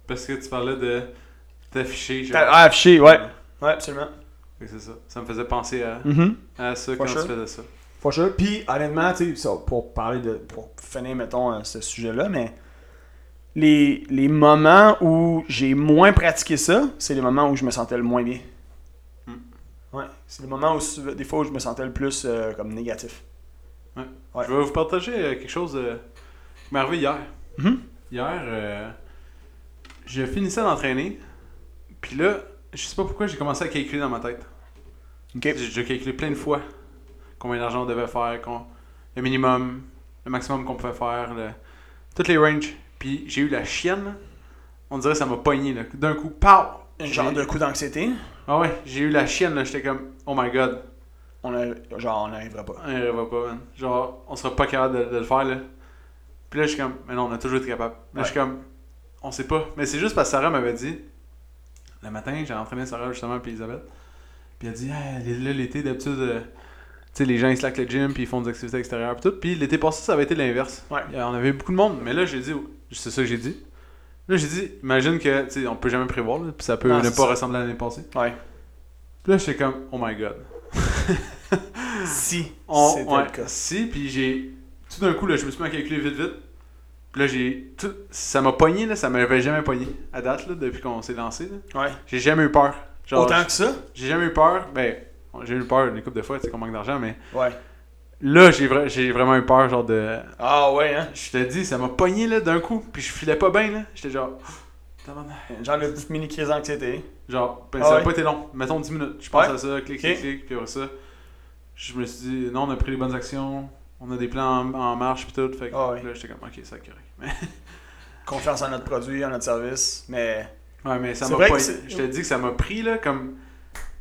S1: Parce que tu parlais de t'afficher. genre.
S2: ah, affiché, ouais, ouais, absolument.
S1: Fait que C'est ça. Ça me faisait penser à,
S2: Mhm.
S1: à ça
S2: For
S1: quand
S2: sure.
S1: tu faisais ça.
S2: Pas sûr. Puis, honnêtement, tu sais, ça, pour parler de. pour finir, mettons, euh, ce sujet-là, mais. Les, les moments où j'ai moins pratiqué ça, c'est les moments où je me sentais le moins bien.
S1: Mm.
S2: Hmm. Ouais. C'est les moments où, sou- des fois, où je me sentais le plus euh, comme négatif. Ouais.
S1: Je vais vous partager euh, quelque chose euh, qui m'est arrivé hier.
S2: Mhm.
S1: Hier, euh, je finissais d'entraîner. Puis là, je sais pas pourquoi j'ai commencé à calculer dans ma tête.
S2: Ok.
S1: J'ai déjà calculé plein de fois combien d'argent on devait faire, qu'on- le minimum, le maximum qu'on pouvait faire, le- toutes les ranges. Puis j'ai eu la chienne. On dirait que ça m'a pogné. là. D'un coup, pow!
S2: Un genre de coup d'anxiété,
S1: Ah ouais, j'ai eu la chienne. là. J'étais comme, oh my god,
S2: on a- genre, on n'arrivera pas.
S1: on y arrivera pas, man. Genre, on sera pas capable de, de le faire, là. Puis là, je suis comme, mais non, on a toujours été capable. Là, je suis comme, on sait pas. Mais c'est juste parce que Sarah m'avait dit, le matin, j'ai entraîné Sarah justement, puis Elisabeth. Puis elle dit, hey, là, l'été, d'habitude, euh, tu sais, les gens, ils slackent le gym, puis ils font des activités extérieures, puis tout. Puis l'été passé, ça avait été l'inverse.
S2: Ouais.
S1: Euh, On avait eu beaucoup de monde, mais là, j'ai dit, c'est ça que j'ai dit. Là, j'ai dit, imagine que, tu sais, on peut jamais prévoir, là, puis ça peut
S2: Non,
S1: ne
S2: c'est
S1: pas
S2: ça.
S1: ressembler à l'année passée.
S2: Ouais.
S1: Puis là, j'étais comme, oh my god.
S2: Si
S1: On,
S2: c'était
S1: ouais,
S2: le cas.
S1: Si, puis j'ai. Tout d'un coup, là, je me suis mis à calculer vite, vite. Puis là, j'ai. Tout, ça m'a pogné, là, ça m'avait jamais pogné à date, là, depuis qu'on s'est lancé. là.
S2: Ouais.
S1: J'ai jamais eu peur. Genre,
S2: Autant que ça?
S1: J'ai jamais eu peur. Ben, j'ai eu peur une couple de fois, tu sais, qu'on manque d'argent, mais
S2: Ouais.
S1: là, j'ai, vra- j'ai vraiment eu peur, genre de.
S2: Ah ouais, hein?
S1: Je te dis, ça m'a pogné, là, d'un coup, puis je filais pas bien, là. J'étais genre. oh, Tabarnak.
S2: Genre de petite mini-crise d'anxiété.
S1: Genre, ben,
S2: Ah
S1: ça a
S2: ouais.
S1: pas été long. Mettons 10 minutes. Je pense
S2: Ouais.
S1: à ça, clic,
S2: Ok.
S1: clic, clic, puis après ça. Je me suis dit, non, on a pris les bonnes actions, on a des plans en, en marche, puis tout. Fait que
S2: Ah ouais.
S1: là, j'étais comme, ok, c'est correct. Mais,
S2: Confiance en notre produit, en notre service, mais.
S1: ouais, mais ça
S2: C'est
S1: m'a
S2: vrai
S1: pas.
S2: que c'est-
S1: Je te dis que ça m'a pris, là, comme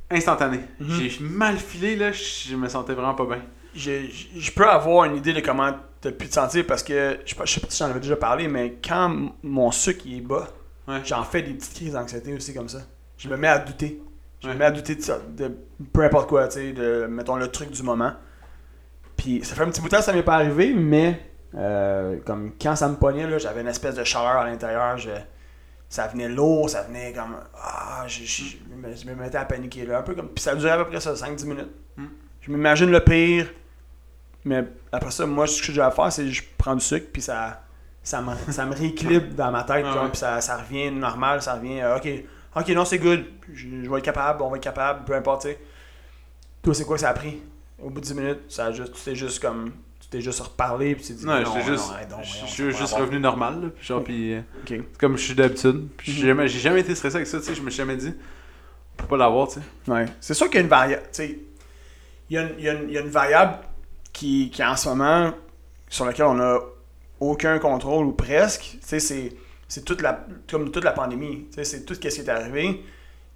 S1: instantané.
S2: Mhm.
S1: J'ai mal filé, là, je me sentais vraiment pas bien.
S2: je, je- je peux avoir une idée de comment t'as pu te sentir parce que je, sais pas- je sais pas si j'en avais déjà parlé, mais quand m- mon sucre il est bas,
S1: Ouais.
S2: j'en fais des petites crises d'anxiété aussi comme ça. Je me mets à douter. Je
S1: Ouais.
S2: me mets à douter de, ça, de peu importe quoi, tu sais, de mettons le truc du moment. Puis ça fait un petit bout de temps que ça m'est pas arrivé, mais euh, comme quand ça me pognait, là, j'avais une espèce de chaleur à l'intérieur. Je, ça venait lourd, ça venait comme. Ah, je, je- je me, je me mettais à paniquer là, un peu comme. Puis ça durait à peu près ça, 5-10 minutes.
S1: Mm.
S2: Je m'imagine le pire, mais après ça, moi, ce que j'ai à faire, c'est que je prends du sucre, puis ça, ça, me, ça me rééquilibre dans ma tête,
S1: Ah
S2: genre,
S1: ouais.
S2: puis ça, ça revient normal, ça revient. euh, ok, ok, non, c'est good, je, je vais être capable, on va être capable, peu importe, tu sais. Toi, c'est quoi que ça a pris Au bout de 10 minutes, ça a juste, c'est juste comme. tu t'es juste reparlé, puis tu t'es dit,
S1: Non,
S2: non,
S1: j'étais
S2: non,
S1: juste,
S2: arrête hein, donc,
S1: je- je
S2: voyons, ça
S1: suis
S2: va
S1: juste
S2: avoir-
S1: revenu normal, là, puis
S2: Mhm.
S1: genre, puis euh,
S2: Ok.
S1: c'est comme je suis d'habitude. Puis
S2: Mhm.
S1: j'ai jamais, j'ai jamais été stressé avec ça, tu sais, je me suis jamais dit, on peut pas l'avoir, tu sais.
S2: Ouais. C'est sûr qu'il y a une variable. tu sais, Il y, a une- il y a une- il y a une variable qui, qui, en ce moment, sur laquelle on n'a aucun contrôle ou presque. Tu sais, C'est c'est toute la, comme toute la pandémie. Tu sais, C'est tout ce qui est arrivé.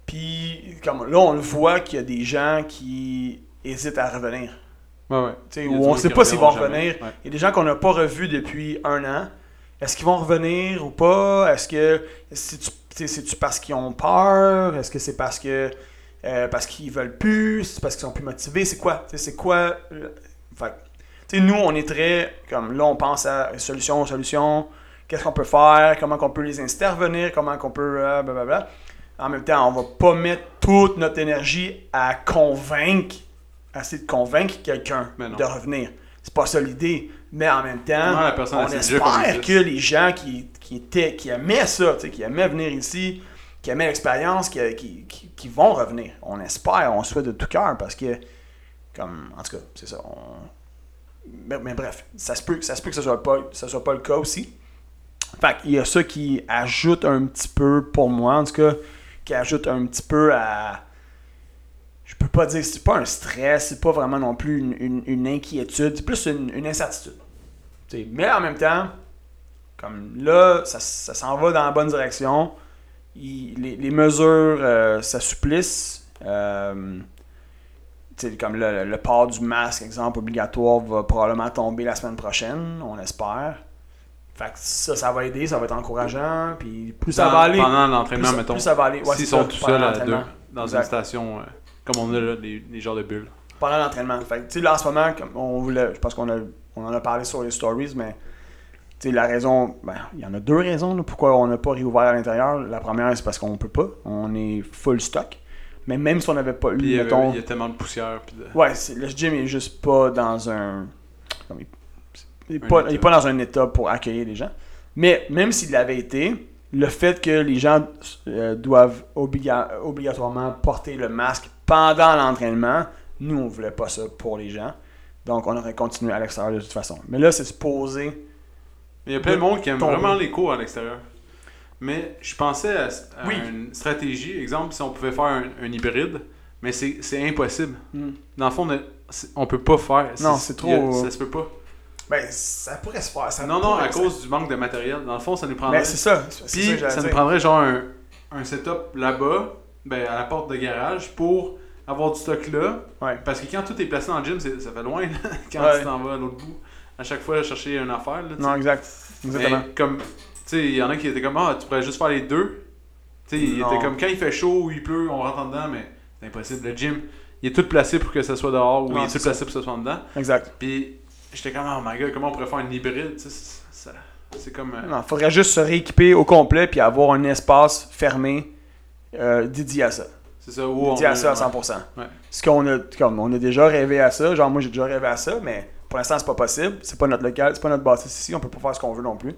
S2: Puis comme, là, on le voit qu'il y a des gens qui hésitent à revenir.
S1: Ouais, ouais.
S2: Tu sais,
S1: Il y a
S2: où
S1: du
S2: on
S1: monde
S2: ne sait
S1: qui
S2: pas s'ils vont
S1: reviendront
S2: revenir.
S1: jamais. Ouais.
S2: Il y a des gens qu'on n'a pas revus depuis un an. Est-ce qu'ils vont revenir ou pas? Est-ce que c'est-tu tu sais, c'est-tu parce qu'ils ont peur? Est-ce que c'est parce que euh, parce qu'ils veulent plus? C'est parce qu'ils sont plus motivés? C'est quoi? Tu sais, C'est quoi? euh, fait que, tu sais, nous, on est très comme là, on pense à solution, solution. Qu'est-ce qu'on peut faire? Comment qu'on peut les inciter à revenir? Comment qu'on peut. euh, blablabla. En même temps, on va pas mettre toute notre énergie à convaincre, à essayer de convaincre quelqu'un
S1: Mais non.
S2: de revenir. C'est pas ça l'idée. Mais en même temps,
S1: Non, la personne,
S2: on
S1: elle sait déjà comment
S2: espère
S1: ils
S2: que les gens qui, qui étaient, qui aimaient ça, tu sais, qui aimaient venir ici, qui aimaient l'expérience, qui, qui, qui- qui vont revenir. On espère, on souhaite de tout cœur parce que, comme, en tout cas, c'est ça. on- Mais, mais bref, ça se peut, que- ça se peut que ce soit pas, ça soit pas le cas aussi. Fait qu'il y a ça qui ajoute un petit peu, pour moi en tout cas, qui ajoute un petit peu à. Je peux pas dire, c'est pas un stress, c'est pas vraiment non plus une, une- une inquiétude, c'est plus une, une incertitude. Tu sais, mais en même temps, comme là, ça, ça s'en va dans la bonne direction. Il- les, les mesures euh, s'assouplissent. Euh, tu sais, comme le, le port du masque, exemple, obligatoire, va probablement tomber la semaine prochaine, on espère. Fait que ça, ça va aider, ça va être encourageant. Puis plus ça
S1: Pendant-
S2: va aller.
S1: Pendant
S2: Plus,
S1: l'entraînement,
S2: ça-
S1: mettons.
S2: plus ça va aller. Ouais,
S1: S'ils
S2: c'est
S1: sont
S2: ça,
S1: tout
S2: pendant
S1: seuls à deux,
S2: l'entraînement.
S1: dans
S2: Exact.
S1: une station, euh, comme on a là, des, des genres de bulles.
S2: Pendant l'entraînement. Fait que, tu sais, là, en ce moment, comme on voulait, je pense qu'on a, on en a parlé sur les stories, mais tu sais, la raison, ben, il y en a deux raisons là, pourquoi on n'a pas réouvert à l'intérieur. La première, c'est parce qu'on peut pas. On est full stock. Mais même si on n'avait pas eu,
S1: Puis euh, il y, avait-
S2: mettons.
S1: il y a tellement de poussière. Puis de...
S2: Ouais, c'est- le gym est juste pas dans un. comme il- il est
S1: Un
S2: pas,
S1: état.
S2: il est pas dans un état pour accueillir les gens. Mais même s'il l'avait été, le fait que les gens euh, doivent obliga- obligatoirement porter le masque pendant l'entraînement, nous, on voulait pas ça pour les gens. Donc, on aurait continué à l'extérieur de toute façon. Mais là, c'est supposé.
S1: Mais il y a plein de monde qui aime
S2: Tomber.
S1: vraiment les cours à l'extérieur. Mais je pensais à, à
S2: Oui.
S1: une stratégie, exemple, si on pouvait faire un, un hybride, mais c'est c'est impossible. Dans le fond, on, a- c'est- on peut pas faire.
S2: Non,
S1: C'est-
S2: c'est
S1: il y a-
S2: trop- euh,
S1: ça se peut pas.
S2: Ben, ça pourrait se faire. Ça
S1: Non, non,
S2: pourrait
S1: à
S2: se-
S1: cause du manque de matériel. Dans le fond, ça nous prendrait.
S2: Ben, c'est ça. c'est- c'est
S1: Puis,
S2: que j'allais
S1: ça nous
S2: dire.
S1: prendrait genre un, un setup là-bas, ben, à la porte de garage, pour avoir du stock là.
S2: Ouais.
S1: Parce que quand tout est placé dans le gym, c'est- ça fait loin là, quand
S2: Ouais.
S1: tu t'en vas à l'autre bout. À chaque fois, chercher une affaire. Là, tu
S2: Non, exact.
S1: sais.
S2: Exactement.
S1: Mais comme, tu sais, il y en a qui étaient comme, ah, tu pourrais juste faire les deux. Tu sais, il
S2: Non.
S1: était comme, quand il fait chaud ou il pleut, on rentre en dedans, mais c'est impossible. Le gym, il est tout placé pour que ça soit dehors ou
S2: Non,
S1: il est
S2: c'est
S1: tout placé pour que ça soit en dedans.
S2: Exact.
S1: Puis, j'étais comme, oh my god, comment on pourrait faire un hybride? Tu sais, c'est- ça- c'est comme. euh,
S2: Non, faudrait juste se rééquiper au complet puis avoir un espace fermé euh, dédié à ça.
S1: C'est ça, où on.
S2: dédié à ça à
S1: ouais.
S2: 100%.
S1: Ouais.
S2: Ce qu'on a, comme, on a déjà rêvé à ça. Genre, moi, j'ai déjà rêvé à ça, mais pour l'instant, c'est pas possible. C'est pas notre local, c'est pas notre bâtisse ici. On peut pas faire ce qu'on veut non plus.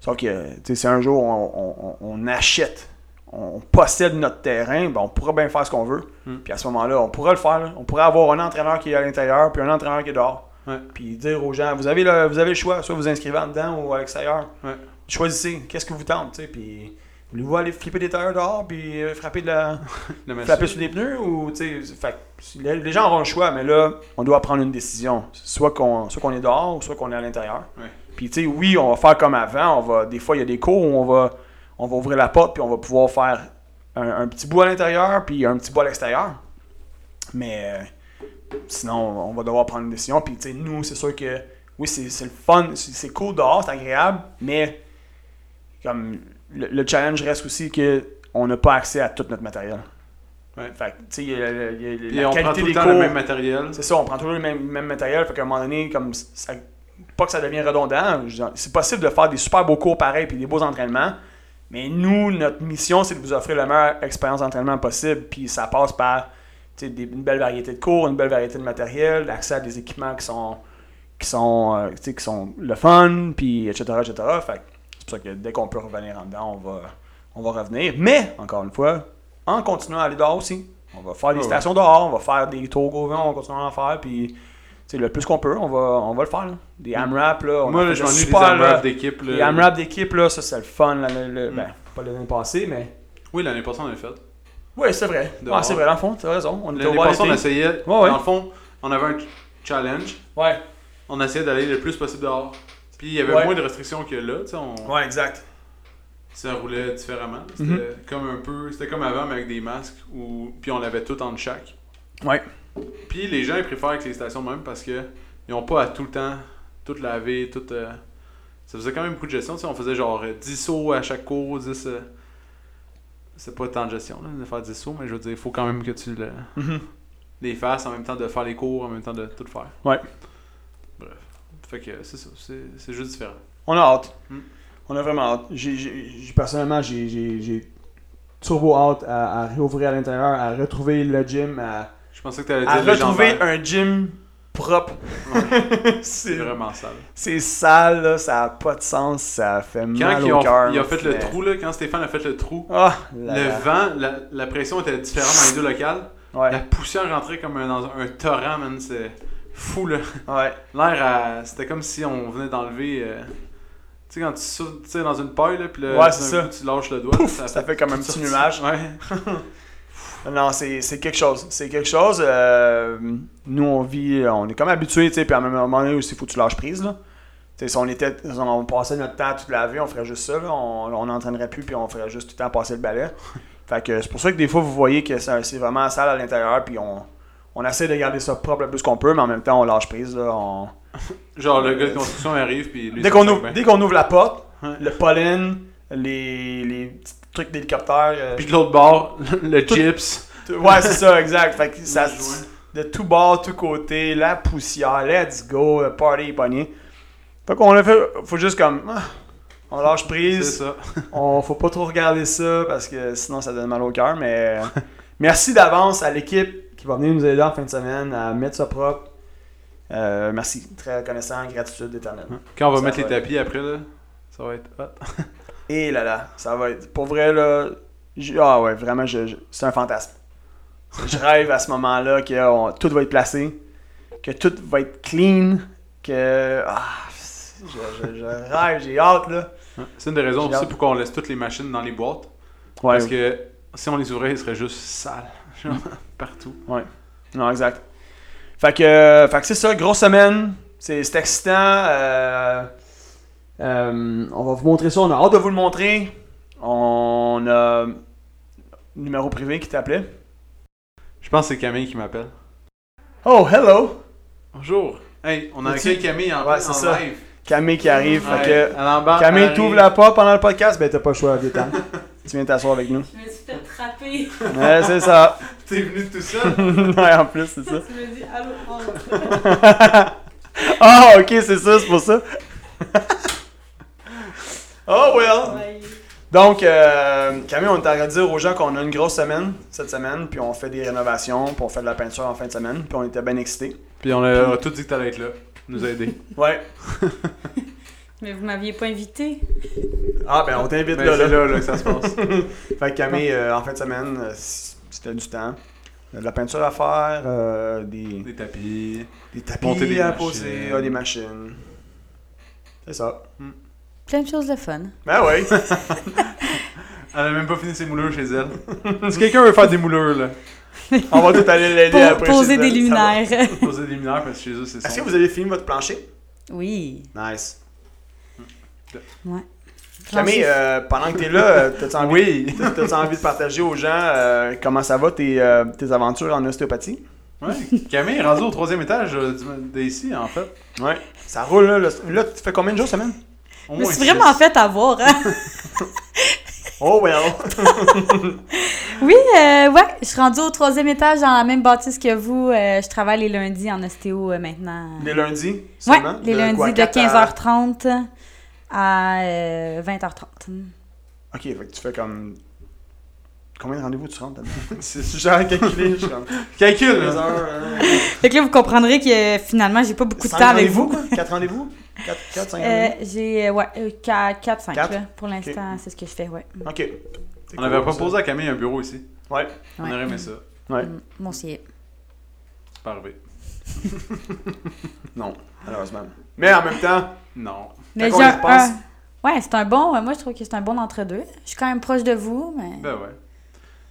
S2: Sauf que, tu sais, si un jour on, on- on achète, on possède notre terrain, ben, on pourra bien faire ce qu'on veut.
S1: Mm.
S2: Puis à ce moment-là, on pourra le faire. là. On pourra avoir un entraîneur qui est à l'intérieur, puis un entraîneur qui est dehors.
S1: Ouais.
S2: Puis dire aux gens, vous avez le, vous avez le choix, soit vous inscrivez en dedans ou à l'extérieur.
S1: Ouais.
S2: Choisissez, qu'est-ce que vous tentez, tu sais, puis voulez-vous aller flipper des tailleurs dehors, puis euh, frapper de la,
S1: Le monsieur.
S2: Frapper sur les pneus ou, tu sais, fait que les, les gens auront le choix, mais là, on doit prendre une décision. Soit qu'on soit qu'on est dehors ou soit qu'on est à l'intérieur.
S1: Ouais.
S2: Puis, tu sais, oui, on va faire comme avant. On va, des fois, il y a des cours où on va, on va ouvrir la porte puis on va pouvoir faire un, un petit bout à l'intérieur puis un petit bout à l'extérieur. Mais euh, sinon, on va devoir prendre une décision. Puis, tu sais, nous, c'est sûr que, oui, c'est c'est le fun, c'est c'est cool dehors, c'est agréable, mais comme le, le challenge reste aussi que on n'a pas accès à tout notre matériel.
S1: Ouais.
S2: Fait que, tu sais, il y a le- il y a le-
S1: Puis
S2: la
S1: on prend
S2: qualité
S1: tout le
S2: des
S1: temps
S2: cours.
S1: le même matériel.
S2: C'est ça, on prend toujours le même, même matériel. Fait qu'à un moment donné, comme ça, pas que ça devient redondant, je veux dire, c'est possible de faire des super beaux cours pareils puis des beaux entraînements. Mais nous, notre mission, c'est de vous offrir la meilleure expérience d'entraînement possible. Puis ça passe par tu sais, des- une belle variété de cours, une belle variété de matériel, l'accès à des équipements qui sont qui sont, euh, tu sais, qui sont le fun, puis etc. etc. Fait que c'est pour ça que dès qu'on peut revenir en dedans, on va, on va revenir. Mais, encore une fois, en continuant à aller dehors aussi. On va faire des
S1: Ah Ouais,
S2: stations dehors, on va faire des tours au vent, on va continuer à en faire, puis sais, le plus qu'on peut, on va, on va le faire. là. Des AMRAP, là, on
S1: Mm. Moi,
S2: en
S1: là,
S2: fait
S1: je
S2: de
S1: m'ennuie des
S2: super, là.
S1: AMRAP d'équipe. là.
S2: Les AMRAP d'équipe, là, ça, c'est le fun. là, le- le-
S1: Mm.
S2: Ben, pas l'année passée, mais.
S1: Oui, l'année passée, on l'a fait.
S2: Oui, c'est vrai.
S1: Dehors.
S2: Ah, c'est vrai, dans le fond, t'as raison. On était au
S1: L'année
S2: bar
S1: passée, on
S2: d'été.
S1: essayait.
S2: Ouais, ouais.
S1: Dans le fond, on avait un ch- challenge.
S2: Ouais,
S1: On essayait d'aller le plus possible dehors. Puis il y avait
S2: Ouais.
S1: moins de restrictions que là. tu sais, On...
S2: ouais, exact.
S1: Ça roulait différemment. C'était
S2: Mhm.
S1: comme un peu. C'était comme avant, mais avec des masques. Où... Puis on l'avait tout en chaque.
S2: Ouais.
S1: Puis les gens, ils préfèrent que les stations de même parce que ils n'ont pas à tout le temps tout laver, tout. euh, Ça faisait quand même beaucoup de gestion. tu sais, on faisait genre euh, 10 sauts à chaque cours, 10. euh, C'est pas tant de gestion là, de faire 10 sauts, mais je veux dire, il faut quand même que tu le-
S2: Mhm.
S1: les fasses en même temps de faire les cours, en même temps de tout faire.
S2: Ouais.
S1: Bref. Fait que c'est ça. C'est c'est juste différent.
S2: On a hâte.
S1: Mm.
S2: On a vraiment hâte. J'ai- j'ai- j'ai- personnellement, j'ai- j'ai j'ai turbo hâte à, à réouvrir à l'intérieur, à retrouver le gym, à,
S1: Je pensais que t'allais
S2: à
S1: dire
S2: retrouver
S1: légendaire.
S2: un gym propre.
S1: C'est
S2: C'est
S1: vraiment sale.
S2: c'est sale, là, ça n'a pas de sens, ça fait
S1: Quand
S2: mal
S1: ils
S2: au
S1: ont-
S2: cœur.
S1: il a fait le
S2: mais-
S1: trou, là, quand Stéphane a fait le trou,
S2: Ah, là,
S1: le
S2: là.
S1: vent, la, la pression était différente dans les deux locales. La
S2: Ouais,
S1: poussière rentrait comme un- dans un torrent, man. C'est fou, là.
S2: ouais.
S1: L'air, à- c'était comme si on venait d'enlever. euh, Tu sais, quand tu sautes tu sais, dans une paille, là, puis là,
S2: Ouais,
S1: d'un
S2: c'est ça.
S1: coup, tu lâches le doigt.
S2: Pouf,
S1: puis
S2: ça fait comme un
S1: tout
S2: petit
S1: sorti.
S2: nuage.
S1: Ouais.
S2: Non, c'est c'est quelque chose. C'est quelque chose. euh, nous, on vit, on est comme habitués, tu sais, puis à un moment donné aussi, il faut que tu lâches prise, là. Tu sais, si on, était, si on passait notre temps à tout laver, on ferait juste ça, là. On on n'entraînerait plus, puis on ferait juste tout le temps passer le balai. fait que c'est pour ça que des fois, vous voyez que ça- c'est vraiment sale à l'intérieur, puis on, on essaie de garder ça propre le plus qu'on peut, mais en même temps, on lâche prise, là. on-
S1: Genre, le gars de construction arrive, puis lui.
S2: Dès
S1: ça
S2: qu'on
S1: fait
S2: ouvre,
S1: bien.
S2: dès qu'on ouvre la porte,
S1: Ouais.
S2: le pollen, les, les petits trucs d'hélicoptère. euh,
S1: Puis de l'autre bord, le gyps.
S2: Ouais, c'est ça, exact. Fait que ça,
S1: Le joint.
S2: de tout bord, tout côté, la poussière, let's go, le party est pogné. Fait qu'on a fait, faut juste comme, ah, on lâche
S1: C'est
S2: prise,
S1: ça.
S2: on faut pas trop regarder ça parce que sinon ça donne mal au cœur, mais euh, merci d'avance à l'équipe qui va venir nous aider en fin de semaine à mettre ça propre. Euh, merci, très reconnaissant, gratitude éternelle.
S1: Quand on va
S2: Ça
S1: mettre
S2: va
S1: les tapis après, là, ça va être hot.
S2: Et Eh là là, ça va être, pour vrai là, j- ah ouais, vraiment, je- je- c'est un fantasme. je rêve à ce moment-là que on- tout va être placé, que tout va être clean, que. Ah, je, je- je rêve, j'ai hâte, là.
S1: C'est une des raisons
S2: J'ai
S1: aussi
S2: hâte.
S1: pourquoi on laisse toutes les machines dans les boîtes.
S2: Ouais,
S1: Parce que si on les ouvrait, ils seraient juste sales. Genre, partout.
S2: non, exact. Fait que, fait que c'est ça, grosse semaine. C'est c'est excitant. euh, euh, on va vous montrer ça, on a hâte de vous le montrer. On a. Numéro privé qui t'appelait.
S1: Je pense que c'est Camille qui m'appelle.
S2: Oh, hello!
S1: Bonjour. Hey, on a
S2: Veux-tu-
S1: accueille Camille en,
S2: Ouais,
S1: en
S2: c'est ça.
S1: live.
S2: Camille qui arrive.
S1: Ouais,
S2: Fait que.
S1: elle embarque, elle
S2: Camille,
S1: arrive.
S2: t'ouvres la porte pendant le podcast, ben t'as pas le choix, vieux temps. tu viens t'asseoir avec nous.
S3: Je me suis fait frapper.
S2: Ouais, c'est ça.
S1: T'es venu tout seul.
S2: ouais, en plus, c'est ça.
S3: tu me dis allô, oh, rentre.
S2: Ah, ok, c'est ça, c'est pour ça. oh, well.
S3: Ouais.
S2: Donc, euh, Camille, on est en train de dire aux gens qu'on a une grosse semaine cette semaine, puis on fait des rénovations, puis on fait de la peinture en fin de semaine, puis on était bien excités.
S1: Puis on a tout dit que t'allais être là. Nous aider.
S2: Ouais.
S3: Mais vous m'aviez pas invité.
S2: Ah, ben on t'invite
S1: Mais
S2: là, là.
S1: c'est là, là que ça se passe.
S2: Fait que Camille, euh, en fin de semaine, euh, si si t'as du temps, de la peinture à faire, euh, des.
S1: Des tapis.
S2: Des tapis
S1: Monter des
S2: à
S1: machines.
S2: poser, ah, des machines. C'est ça.
S3: Plein de choses de fun.
S2: Ben oui.
S1: Elle a même pas fini ses moulures chez elle. si quelqu'un veut faire des moulures, là,
S2: On va tout aller l'aider après.
S3: poser
S2: chez
S3: des
S2: elle, ça va.
S3: luminaires.
S1: poser des mineurs parce que chez eux, c'est
S2: Est-ce que
S1: sombre.
S2: vous avez fini votre plancher?
S3: Oui.
S2: Nice.
S3: J'en
S2: Camille,
S3: suis-
S2: euh, pendant que t'es là, euh, t'as-tu envie,
S1: Oui.
S2: t'as- t'as-tu envie de partager aux gens euh, comment ça va tes, euh, tes aventures en ostéopathie?
S1: Ouais, Camille est rendue au troisième étage euh, du- d'ici, en fait.
S2: Ouais. Ça roule, là. Là, là, tu fais combien de jours semaine?
S1: Au
S3: Je me
S1: moins
S3: suis vraiment
S1: six.
S3: fait avoir. hein.
S2: Oh, well.
S3: Oui, euh, ouais, je suis rendue au troisième étage dans la même bâtisse que vous. Euh, je travaille les lundis en ostéo euh, maintenant.
S2: Les lundis,
S3: ouais,
S2: seulement?
S3: les lundis
S2: quoi,
S3: de
S2: quatre à-
S3: 15h30 à, euh, 20h30.
S2: Ok, fait que tu fais comme... Combien de rendez-vous tu rentres? là-dedans?
S1: C'est
S2: Je suis genre à calculer, je suis comme...
S1: Calcul,
S2: deux
S1: là.
S2: heures, hein.
S3: Fait que là, vous comprendrez que euh, finalement, j'ai pas beaucoup de
S2: Cinq
S3: temps avec vous.
S2: rendez-vous, quoi? Quatre rendez-vous? Quatre, quatre, cinq
S3: Euh, j'ai, euh, ouais, 4-5
S2: Quatre? Ah,
S3: pour l'instant, c'est ce que je fais, ouais.
S2: rendez-vous? Ok. C'est
S1: On avait
S2: cool,
S1: proposé à Camille un bureau ici.
S2: ça. Ouais.
S1: On
S3: Ouais.
S1: aurait aimé ça.
S2: Ouais.
S3: Mm, Moi aussi.
S1: C'est pas arrivé.
S2: Non, malheureusement. Mais en même temps,
S1: Non.
S3: Mais
S2: qu'on
S3: j'ai
S2: y
S3: un-
S2: repense-
S3: un- Ouais, c'est un bon. euh, Moi, je trouve que c'est un bon entre-deux. Je suis quand même proche de vous, mais.
S1: Ben ouais.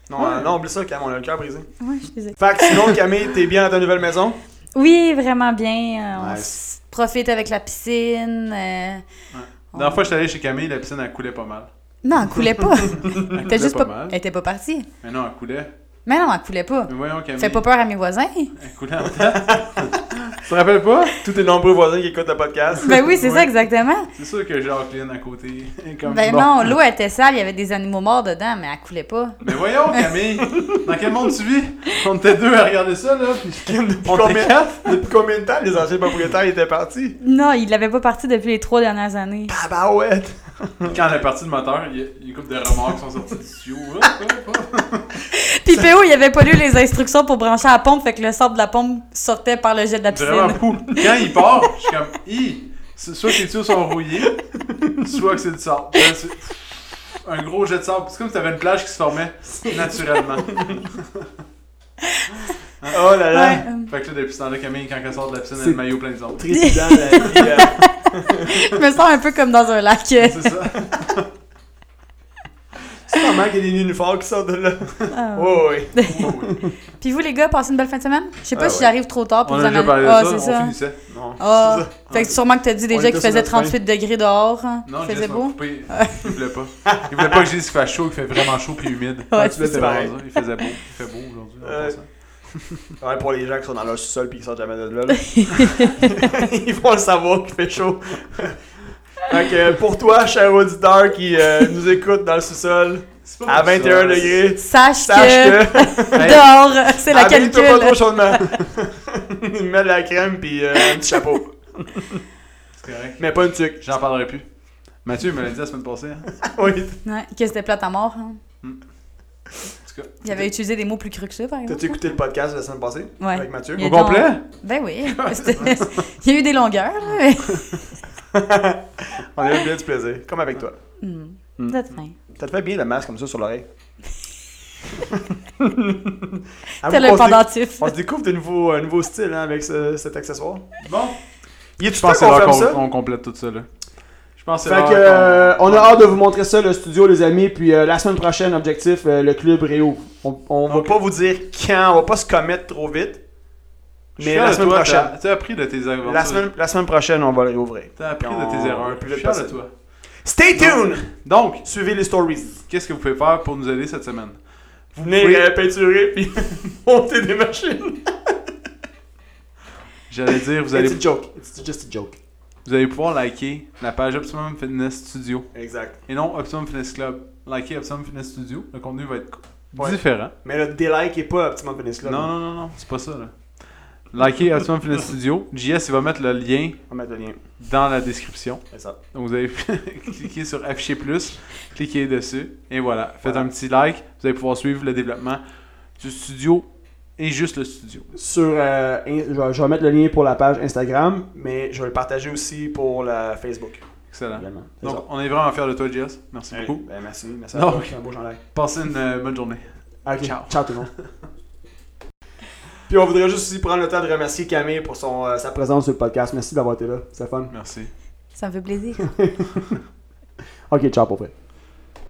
S2: non,
S1: Ouais.
S2: euh, non, oublie ça, Cam, on a le cœur brisé.
S3: Ouais, je suis désolée.
S2: Fait que sinon, Camille, t'es bien dans ta nouvelle maison?
S3: Oui, vraiment bien. euh, On
S2: Nice.
S3: s- profite avec la piscine. euh,
S1: La dernière fois que j'étais allé chez Camille, la piscine, elle coulait pas mal.
S3: Non, elle coulait pas.
S1: Elle
S3: Elle était
S1: coulait
S3: juste
S1: pas,
S3: pas.
S1: mal.
S3: Elle était pas partie.
S1: Mais non, elle coulait.
S3: Mais non, elle coulait pas.
S1: Mais voyons, Camille.
S3: Fais pas peur à mes voisins.
S1: Elle coulait en dedans. tu te rappelles pas?
S2: Tous tes nombreux voisins qui écoutent le podcast.
S3: Ben oui, c'est
S1: Ouais.
S3: ça exactement.
S1: C'est sûr que Jacqueline à côté est comme
S3: Ben
S1: Bon.
S3: non, l'eau elle était sale, il y avait des animaux morts dedans, mais elle coulait pas.
S1: Mais voyons, Camille, dans quel monde tu vis? On était deux à regarder ça, là, puis
S2: depuis,
S1: on était
S2: combien,
S1: quatre.
S2: depuis combien de temps les anciens propriétaires étaient partis?
S3: Non, il l'avait pas parti depuis les trois dernières années.
S2: Tabarouette!
S1: Quand on est parti de moteur, il y a il y a une couple de remords qui sont sortis du tuyau. là.
S3: Puis PO, il avait pas lu les instructions pour brancher la pompe, fait que le sable de la pompe sortait par le jet de la
S1: C'est vraiment
S3: piscine.
S1: fou. Quand il part, je suis comme, hi, C'est- soit que les tuyaux sont rouillés, soit que c'est du sable. Là, c'est Un gros jet de sable. C'est comme si t'avais une plage qui se formait naturellement.
S2: Oh là là!
S3: Ouais, euh,
S1: Fait que là, depuis ce temps-là, Camille, quand elle sort de la piscine, elle a
S2: C'est-
S1: le maillot plein de sable.
S2: Triste dans la vie. euh.
S3: je me sens un peu comme dans un lac.
S2: Oh,
S1: C'est ça.
S2: C'est vraiment qu'il y a des uniformes qui sortent de là.
S3: Ah.
S2: Oh oui.
S1: Oh, oui.
S3: Puis vous les gars, passez une belle fin de semaine. Je sais pas
S2: Ah
S3: si
S2: ouais.
S3: j'arrive trop tard pour
S1: On
S3: vous
S1: a déjà
S3: amène-
S1: parlé de
S3: Ah,
S1: ça,
S3: c'est
S1: on
S3: ça.
S1: finissait.
S2: Non.
S3: Ah,
S2: c'est ça.
S3: fait que sûrement que t'as dit déjà
S2: était
S3: qu'il
S2: sur
S3: faisait
S2: notre fin.
S3: 38 degrés dehors. hein.
S1: Non,
S3: Il
S1: je
S3: faisait beau.
S1: Coupé. Il voulait pas. Il voulait pas que je dise qu'il fait chaud, qu'il fait vraiment chaud puis humide.
S3: Ouais,
S1: tu l'as
S2: c'est pareil.
S1: dit, Il faisait beau, il fait beau aujourd'hui. en
S2: Ouais.
S1: passant.
S2: Ouais, pour les gens qui sont dans leur sous-sol puis qui sortent jamais de là. là. Ils vont le savoir qu'il fait chaud. fait que euh, pour toi, cher auditeur qui euh, nous écoute dans le sous-sol,
S1: C'est pas
S2: à
S1: pour ça.
S2: 21 degrés,
S3: Sache, que,
S2: sache que.
S3: dehors, c'est la
S2: habille-toi
S3: calcul.
S2: pas trop chaudement. Mets de la crème puis euh, un petit chapeau.
S1: C'est correct.
S2: Mais pas une tuque.
S1: J'en parlerai plus. Mathieu il me l'a dit la semaine passée. hein.
S2: Oui.
S3: Ouais, que c'était plate à mort. hein.
S1: En tout cas,
S3: Il avait utilisé des mots plus crus que ça, par exemple.
S2: T'as-tu écouté le podcast la semaine passée?
S3: Ouais.
S2: Avec Mathieu?
S3: Il
S1: Au
S3: était en-
S1: complet?
S3: Ben oui. c'était- Il y a eu des longueurs. là, mais-
S2: On a eu bien du plaisir. Comme avec toi.
S3: Hmm.
S2: Hmm.
S3: Vous êtes fin.
S2: Ça te fait bien le masque comme ça sur l'oreille. Ah,
S3: T'as
S2: vous, on
S3: le
S2: se dé-
S3: pendentif.
S2: On se découvre de nouveaux, un nouveau style hein, avec ce- cet accessoire.
S1: Bon,
S2: Il est
S1: je
S2: tout
S1: pense que
S2: pense
S1: c'est
S2: qu'on
S1: l'heure
S2: ferme
S1: qu'on
S2: ça.
S1: on complète tout ça. Là. Je pense que c'est
S2: Fait
S1: l'heure
S2: que, euh,
S1: qu'on-
S2: on a hâte de vous montrer ça, le studio, les amis. Puis euh, la semaine prochaine, objectif, euh, le club Réo. On, on va
S1: Ok.
S2: pas vous dire quand, on va pas se commettre trop vite.
S1: Je suis
S2: Mais
S1: fier
S2: la
S1: de
S2: semaine
S1: toi,
S2: prochaine.
S1: t'as- T'as appris de tes erreurs.
S2: La semaine, la semaine prochaine, on va le réouvrir.
S1: T'as appris de
S2: On-
S1: tes erreurs.
S2: plus
S1: Je suis
S2: vite
S1: fier de
S2: possible.
S1: toi.
S2: Stay tuned!
S1: Donc,
S2: Suivez les stories.
S1: qu'est-ce que vous pouvez faire pour nous aider cette semaine?
S2: Vous venez
S1: Oui.
S2: euh, peinturer puis monter des machines.
S1: J'allais dire, vous
S2: It's
S1: allez,
S2: a joke. It's just a joke.
S1: vous allez pouvoir liker la page Optimum Fitness Studio.
S2: Exact.
S1: et non Optimum Fitness Club. Likez Optimum Fitness Studio, le contenu va être co-
S2: Ouais.
S1: différent.
S2: Mais le délike est pas Optimum Fitness Club.
S1: Non, non, non, non, c'est pas ça. Là. Likez Optimum Fitness Studio. JS, il va mettre le lien
S2: On va mettre le lien.
S1: dans la description.
S2: C'est ça.
S1: Donc vous allez cliquer sur Afficher plus, cliquez dessus, et voilà. Faites
S2: Voilà.
S1: un petit like, vous allez pouvoir suivre le développement du studio et juste le studio.
S2: Sur, euh, in- je, vais, je vais mettre le lien pour la page Instagram, mais je vais le partager aussi pour la Facebook.
S1: Excellent.
S2: Également. C'est
S1: Ah. Donc on est vraiment fiers de toi, JS. Merci
S2: ça. Hey,
S1: beaucoup.
S2: ben, merci. Merci à
S1: Non.
S2: toi. C'est un beau gendarme.
S1: Passez une euh, bonne journée.
S2: Ok,
S1: Ciao.
S2: ciao. tout le monde. Puis on voudrait juste aussi prendre le temps de remercier Camille pour son, euh, sa présence sur le podcast. Merci d'avoir été là. C'est fun.
S1: Merci.
S3: Ça me fait plaisir.
S2: Ok, ciao pour vrai.